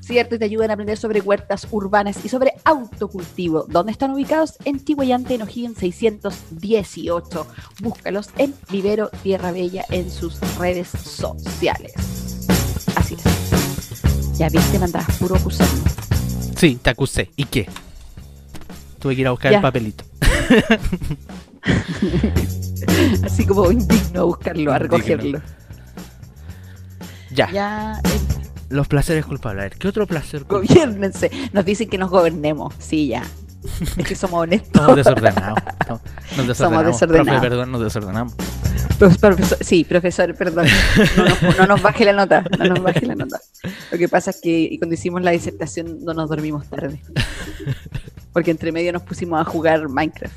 Speaker 2: ¿cierto? Y te ayudan a aprender sobre huertas urbanas y sobre autocultivo. ¿Dónde están ubicados? En Tihuayante, en O'Higgins 618. Búscalos en Vivero Tierra Bella en sus redes sociales. Así es. Ya viste, mandabas puro acusando.
Speaker 3: Sí, te acusé. ¿Y qué? Tuve que ir a buscar
Speaker 2: Ya.
Speaker 3: el papelito.
Speaker 2: Así como indigno a buscarlo, a
Speaker 3: Indigno.
Speaker 2: recogerlo.
Speaker 3: Ya.
Speaker 2: Ya, eh,
Speaker 3: Los placeres culpables. A ver, ¿qué otro placer culpable?
Speaker 2: gobiernense. Nos dicen que nos gobernemos. Sí, ya. Es que somos honestos.
Speaker 3: Estamos desordenados. Estamos- Nos desordenamos.
Speaker 2: desordenados.
Speaker 3: Profe, perdón, nos desordenamos.
Speaker 2: Profe- profesor- sí, profesor, perdón. No nos, no nos baje la nota. No nos baje la nota. Lo que pasa es que cuando hicimos la disertación no nos dormimos tarde. Porque entre medio nos pusimos a jugar Minecraft.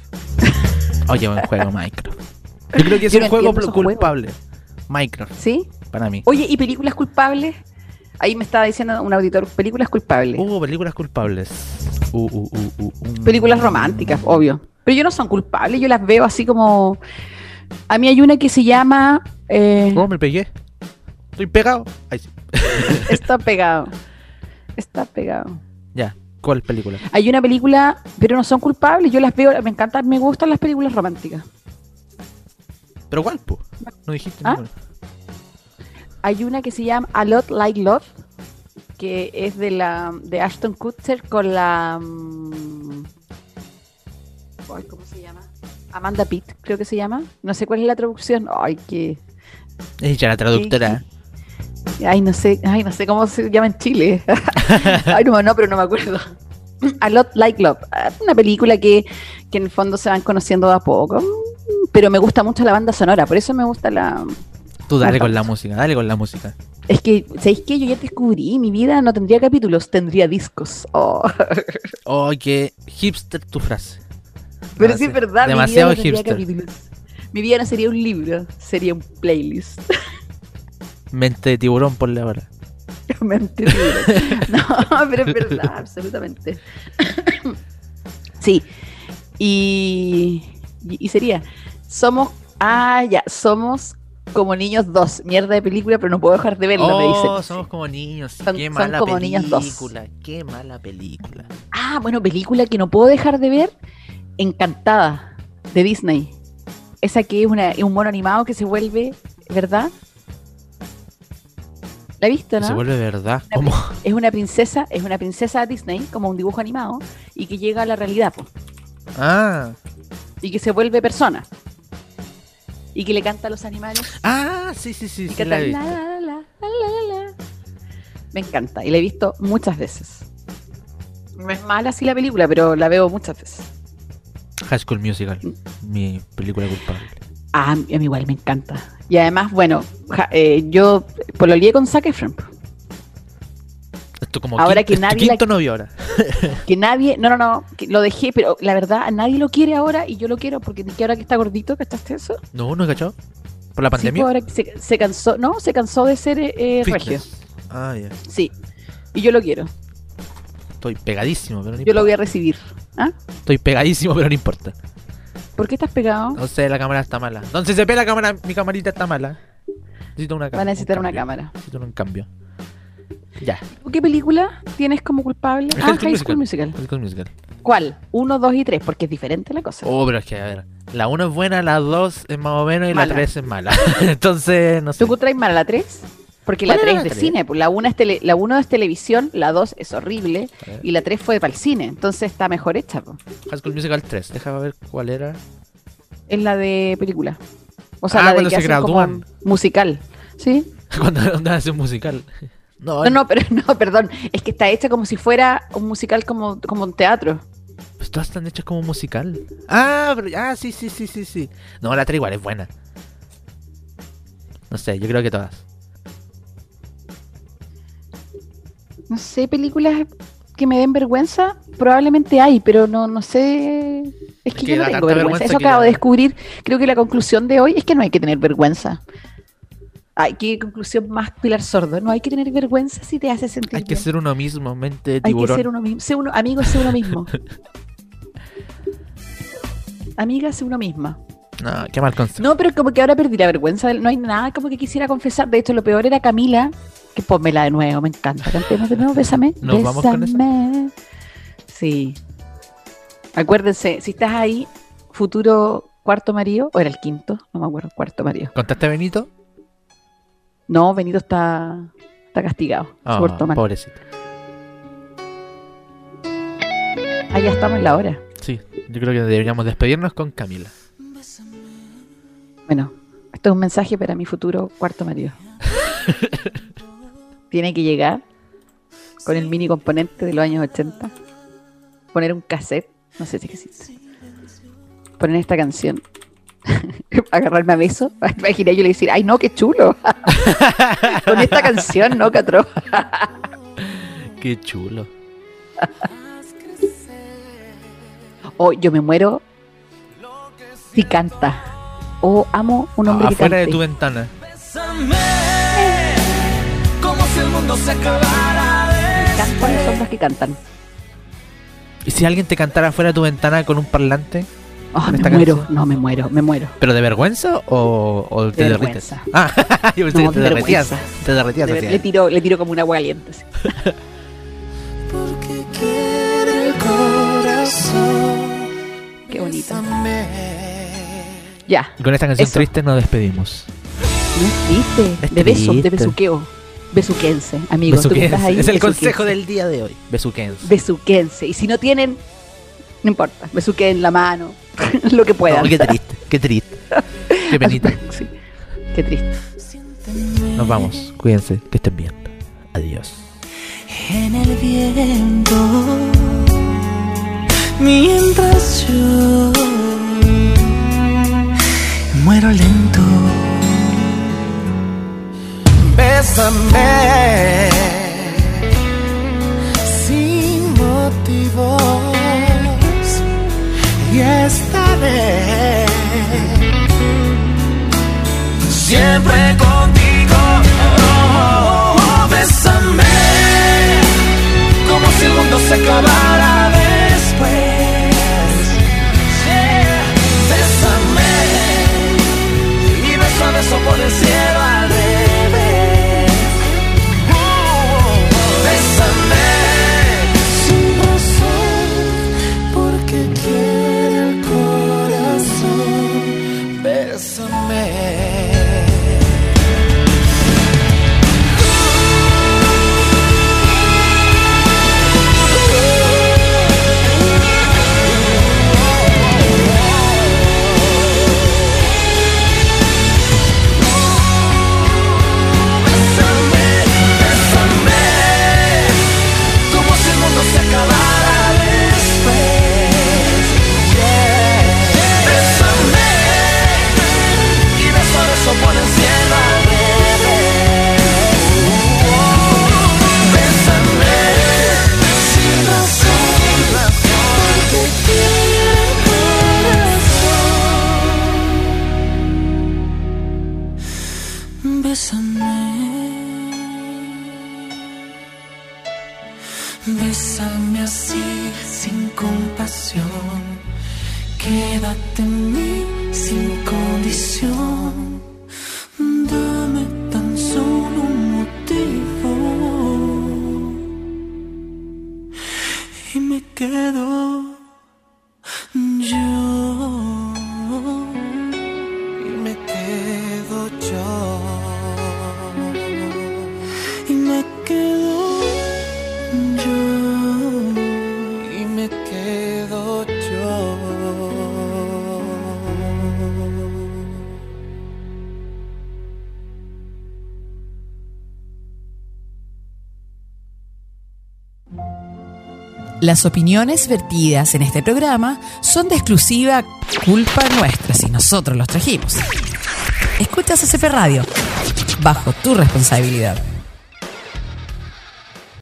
Speaker 3: Oye, buen juego, Minecraft. Yo creo que es
Speaker 2: Yo
Speaker 3: un
Speaker 2: no
Speaker 3: juego
Speaker 2: entiendo esos
Speaker 3: culpable. Minecraft,
Speaker 2: ¿Sí?
Speaker 3: para mí.
Speaker 2: Oye, ¿y películas culpables? Ahí me estaba diciendo un auditor, películas culpables.
Speaker 3: Uh, películas culpables. Uh, uh, uh, uh, uh.
Speaker 2: Películas románticas, obvio. Pero yo no son culpables, yo las veo así como... A mí hay una que se llama... eh,
Speaker 3: Oh, me pegué. Estoy pegado. Ay, sí.
Speaker 2: está pegado. Está pegado.
Speaker 3: Ya. ¿Cuál película?
Speaker 2: Hay una película, pero no son culpables, yo las veo, me encantan, me gustan las películas románticas.
Speaker 3: ¿Pero cuál, po? No dijiste
Speaker 2: ¿Ah?
Speaker 3: ninguna.
Speaker 2: Hay una que se llama A Lot Like Love, que es de la de Ashton Kutcher con la mm, ay, ¿cómo se llama? Amanda Pitt, creo que se llama. No sé cuál es la traducción. Ay, que
Speaker 3: Ella, la traductora.
Speaker 2: ay, no sé, ay, no sé cómo se llama en Chile. ay, no, no, pero no me acuerdo. A Lot Like Love, ah, una película que, que en el fondo se van conociendo de a poco, Mm, pero me gusta mucho la banda sonora, por eso me gusta la,
Speaker 3: Tú dale
Speaker 2: Ajá.
Speaker 3: con la música, dale con la música.
Speaker 2: Es que, ¿sabéis qué? Yo ya descubrí, mi vida no tendría capítulos, tendría discos. Oh.
Speaker 3: Oh, qué hipster tu frase.
Speaker 2: Pero
Speaker 3: Demasi-
Speaker 2: sí es verdad,
Speaker 3: Ah, Demasiado
Speaker 2: mi vida no tendría
Speaker 3: hipster.
Speaker 2: capítulos. Mi vida no sería un libro, sería un playlist.
Speaker 3: Mente de tiburón, ponle ahora.
Speaker 2: Mentira. No, pero es verdad, absolutamente. Sí. Y, y y sería, somos, ah, ya, somos como niños dos, mierda de película, pero no puedo dejar de verla, me dicen.
Speaker 3: Oh, somos como niños.
Speaker 2: Son-
Speaker 3: qué
Speaker 2: son
Speaker 3: mala
Speaker 2: como
Speaker 3: película.
Speaker 2: niños dos.
Speaker 3: Qué mala película.
Speaker 2: Ah, bueno, película que no puedo dejar de ver, Encantada, de Disney. Esa que es una, es un mono animado que se vuelve, ¿verdad? ¿La he visto,
Speaker 3: Que Se
Speaker 2: no?
Speaker 3: vuelve verdad. ¿Cómo?
Speaker 2: Es una princesa, es una princesa Disney, como un dibujo animado, y que llega a la realidad, po,
Speaker 3: Ah.
Speaker 2: y que se vuelve persona. Y que le canta a los animales.
Speaker 3: Ah, sí, sí, sí.
Speaker 2: y
Speaker 3: sí
Speaker 2: canta,
Speaker 3: la he
Speaker 2: la,
Speaker 3: visto.
Speaker 2: la, la, la, la, la. Me encanta, y la he visto muchas veces. No es mala así la película, pero la veo muchas veces.
Speaker 3: High School Musical. Mi película culpable.
Speaker 2: Ah, a mí igual me encanta. Y además, bueno, ja- eh, yo pololeé con Zac Efron.
Speaker 3: Esto como
Speaker 2: Ahora
Speaker 3: quin-
Speaker 2: que
Speaker 3: es tu
Speaker 2: nadie la-
Speaker 3: quinto novio ahora.
Speaker 2: Que nadie, no, no, no, que lo dejé, pero la verdad, a nadie lo quiere ahora y yo lo quiero porque ni que ahora que está gordito, ¿cachaste eso?
Speaker 3: No, no he cachado. Por la
Speaker 2: Sí,
Speaker 3: pandemia.
Speaker 2: pues ahora que se, se cansó, no, se cansó de ser eh, eh, regio.
Speaker 3: Fitness. Ah, ya.
Speaker 2: Sí. Y yo lo quiero,
Speaker 3: Estoy pegadísimo, pero no
Speaker 2: yo lo
Speaker 3: importa.
Speaker 2: voy a recibir. ¿Ah?
Speaker 3: Estoy pegadísimo, pero no importa.
Speaker 2: ¿Por qué estás pegado?
Speaker 3: No sé, la cámara está mala. Entonces se ve la cámara, mi camarita está mala. Necesito una cámara.
Speaker 2: Va a necesitar
Speaker 3: un
Speaker 2: una
Speaker 3: cambio.
Speaker 2: cámara.
Speaker 3: Necesito un cambio. Ya.
Speaker 2: ¿Tú ¿Qué película tienes como culpable?
Speaker 3: El
Speaker 2: Ah, High School Musical.
Speaker 3: High School Musical.
Speaker 2: ¿Cuál? Uno, dos y tres, porque es diferente la cosa.
Speaker 3: Oh, pero es que, a ver. La 1 es buena, la 2 es más o menos y
Speaker 2: Mala.
Speaker 3: la 3 es mala. Entonces, no sé.
Speaker 2: ¿Tú encontrás mal a la 3? Porque la
Speaker 3: ¿Cuál era
Speaker 2: 3
Speaker 3: la
Speaker 2: es de
Speaker 3: tres?
Speaker 2: cine, pues, la 1 es, tele- la uno es televisión, la 2 es horrible
Speaker 3: A ver.
Speaker 2: y la 3 fue para el cine, entonces está mejor hecha. po.
Speaker 3: High School Musical 3. Déjame ver cuál era.
Speaker 2: Es la de película. O sea,
Speaker 3: Ah,
Speaker 2: la de
Speaker 3: cuando
Speaker 2: que
Speaker 3: se
Speaker 2: hacen
Speaker 3: gradúan.
Speaker 2: como musical. ¿Sí?
Speaker 3: Cuando cuando hace un musical. No,
Speaker 2: No, no, pero no, perdón. Es que está hecha como si fuera un musical como, como un teatro.
Speaker 3: Pues todas están hechas como musical. Ah, pero- ah, sí, sí, sí, sí, sí. No, la 3 igual es buena. No sé, yo creo que todas.
Speaker 2: No sé, películas que me den vergüenza, probablemente hay, pero no, no sé. Es que
Speaker 3: que
Speaker 2: yo no
Speaker 3: da
Speaker 2: tengo vergüenza.
Speaker 3: tanta vergüenza
Speaker 2: Eso
Speaker 3: que
Speaker 2: acabo
Speaker 3: ya-
Speaker 2: de descubrir. Creo que la conclusión de hoy es que no hay que tener vergüenza. Ay, qué conclusión más pilar sordo. No hay que tener vergüenza si te hace sentir.
Speaker 3: Hay que
Speaker 2: bien.
Speaker 3: ser uno mismo, mente de
Speaker 2: hay que
Speaker 3: tiburón.
Speaker 2: ser uno mismo. Sé uno, amigo, sé uno mismo. Amiga, sé uno misma.
Speaker 3: No, qué mal concepto.
Speaker 2: No, pero como que ahora perdí la vergüenza. del- No hay nada como que quisiera confesar. De hecho, lo peor era Camila. Que pónmela de nuevo, me encanta. Cantemos de nuevo, bésame.
Speaker 3: ¿Nos vamos con esa?
Speaker 2: bésame. Sí. Acuérdense, si estás ahí, futuro cuarto marido, o era el quinto, no me acuerdo, cuarto marido.
Speaker 3: ¿Contaste a Benito?
Speaker 2: No, Benito está, está castigado.
Speaker 3: Ah,
Speaker 2: se portó mal.
Speaker 3: pobrecito.
Speaker 2: Ah, ya estamos en la hora.
Speaker 3: Sí, yo creo que deberíamos despedirnos con Camila.
Speaker 2: Bueno, esto es un mensaje para mi futuro cuarto marido. Tiene que llegar con el mini componente de los años 80, poner un cassette, no sé si existe, poner esta canción, agarrarme a beso, imaginé yo le decir, ay no, qué chulo, con esta canción, no, Catro.
Speaker 3: Qué chulo.
Speaker 2: O yo me muero si canta, o amo un hombre que
Speaker 3: Ah, Afuera de
Speaker 2: cante.
Speaker 3: tu ventana.
Speaker 6: Bésame, como si el mundo
Speaker 7: mundo se acabara
Speaker 2: ¿Cuáles son las que cantan?
Speaker 3: ¿Y si alguien te cantara fuera de tu ventana con un parlante?
Speaker 2: Oh, me
Speaker 3: Esta
Speaker 2: muero,
Speaker 3: canción.
Speaker 2: no, me muero, me muero.
Speaker 3: ¿Pero de vergüenza o, o te
Speaker 2: De
Speaker 3: derrites?
Speaker 2: vergüenza.
Speaker 3: Ah, yo pensé
Speaker 2: No,
Speaker 3: que te
Speaker 2: de
Speaker 3: derretías.
Speaker 2: vergüenza.
Speaker 3: Te derretías
Speaker 2: Le,
Speaker 3: así.
Speaker 2: le tiro, le tiro como una agua caliente. así.
Speaker 7: Porque quiere el corazón
Speaker 2: Qué bonito.
Speaker 7: también.
Speaker 2: Ya,
Speaker 3: Y con esta canción
Speaker 2: Eso.
Speaker 3: triste nos despedimos.
Speaker 2: no es
Speaker 3: Es
Speaker 2: triste. De besos, de
Speaker 3: triste.
Speaker 2: besuqueo. Besuquense, amigos. tú que estás
Speaker 3: Besuquense.
Speaker 2: ahí,
Speaker 3: es el
Speaker 2: besuquense.
Speaker 3: consejo del día de hoy. Besuquense.
Speaker 2: Besuquense. Y si no tienen, no importa. Besuquen la mano, lo que puedan.
Speaker 3: No, qué triste, qué triste. Qué penita.
Speaker 2: Sí. Qué triste.
Speaker 3: Nos vamos. Cuídense, que estén bien. Adiós.
Speaker 7: en el viento mientras yo muero lento. Bésame sin motivos y estaré siempre contigo. Oh, oh, oh, bésame como si el mundo se acabara después. Yeah. Bésame y beso a beso por el cielo al revés. Oh, bésame sin razón porque quiere el corazón. Bésame. Bésame, bésame, como si el mundo se acabara después. Yeah. Bésame y beso a beso por el cielo al revés. Bésame sin razón, porque tiene el corazón. Bésame. Bésame así, sin compasión. Quédate en mí, sin condición. Dame tan solo un motivo. Y me quedo yo y me quedo yo y me quedo yo y me quedo yo
Speaker 1: Las opiniones vertidas en este programa son de exclusiva culpa nuestra si nosotros los trajimos. Escucha CCP Radio, bajo tu responsabilidad.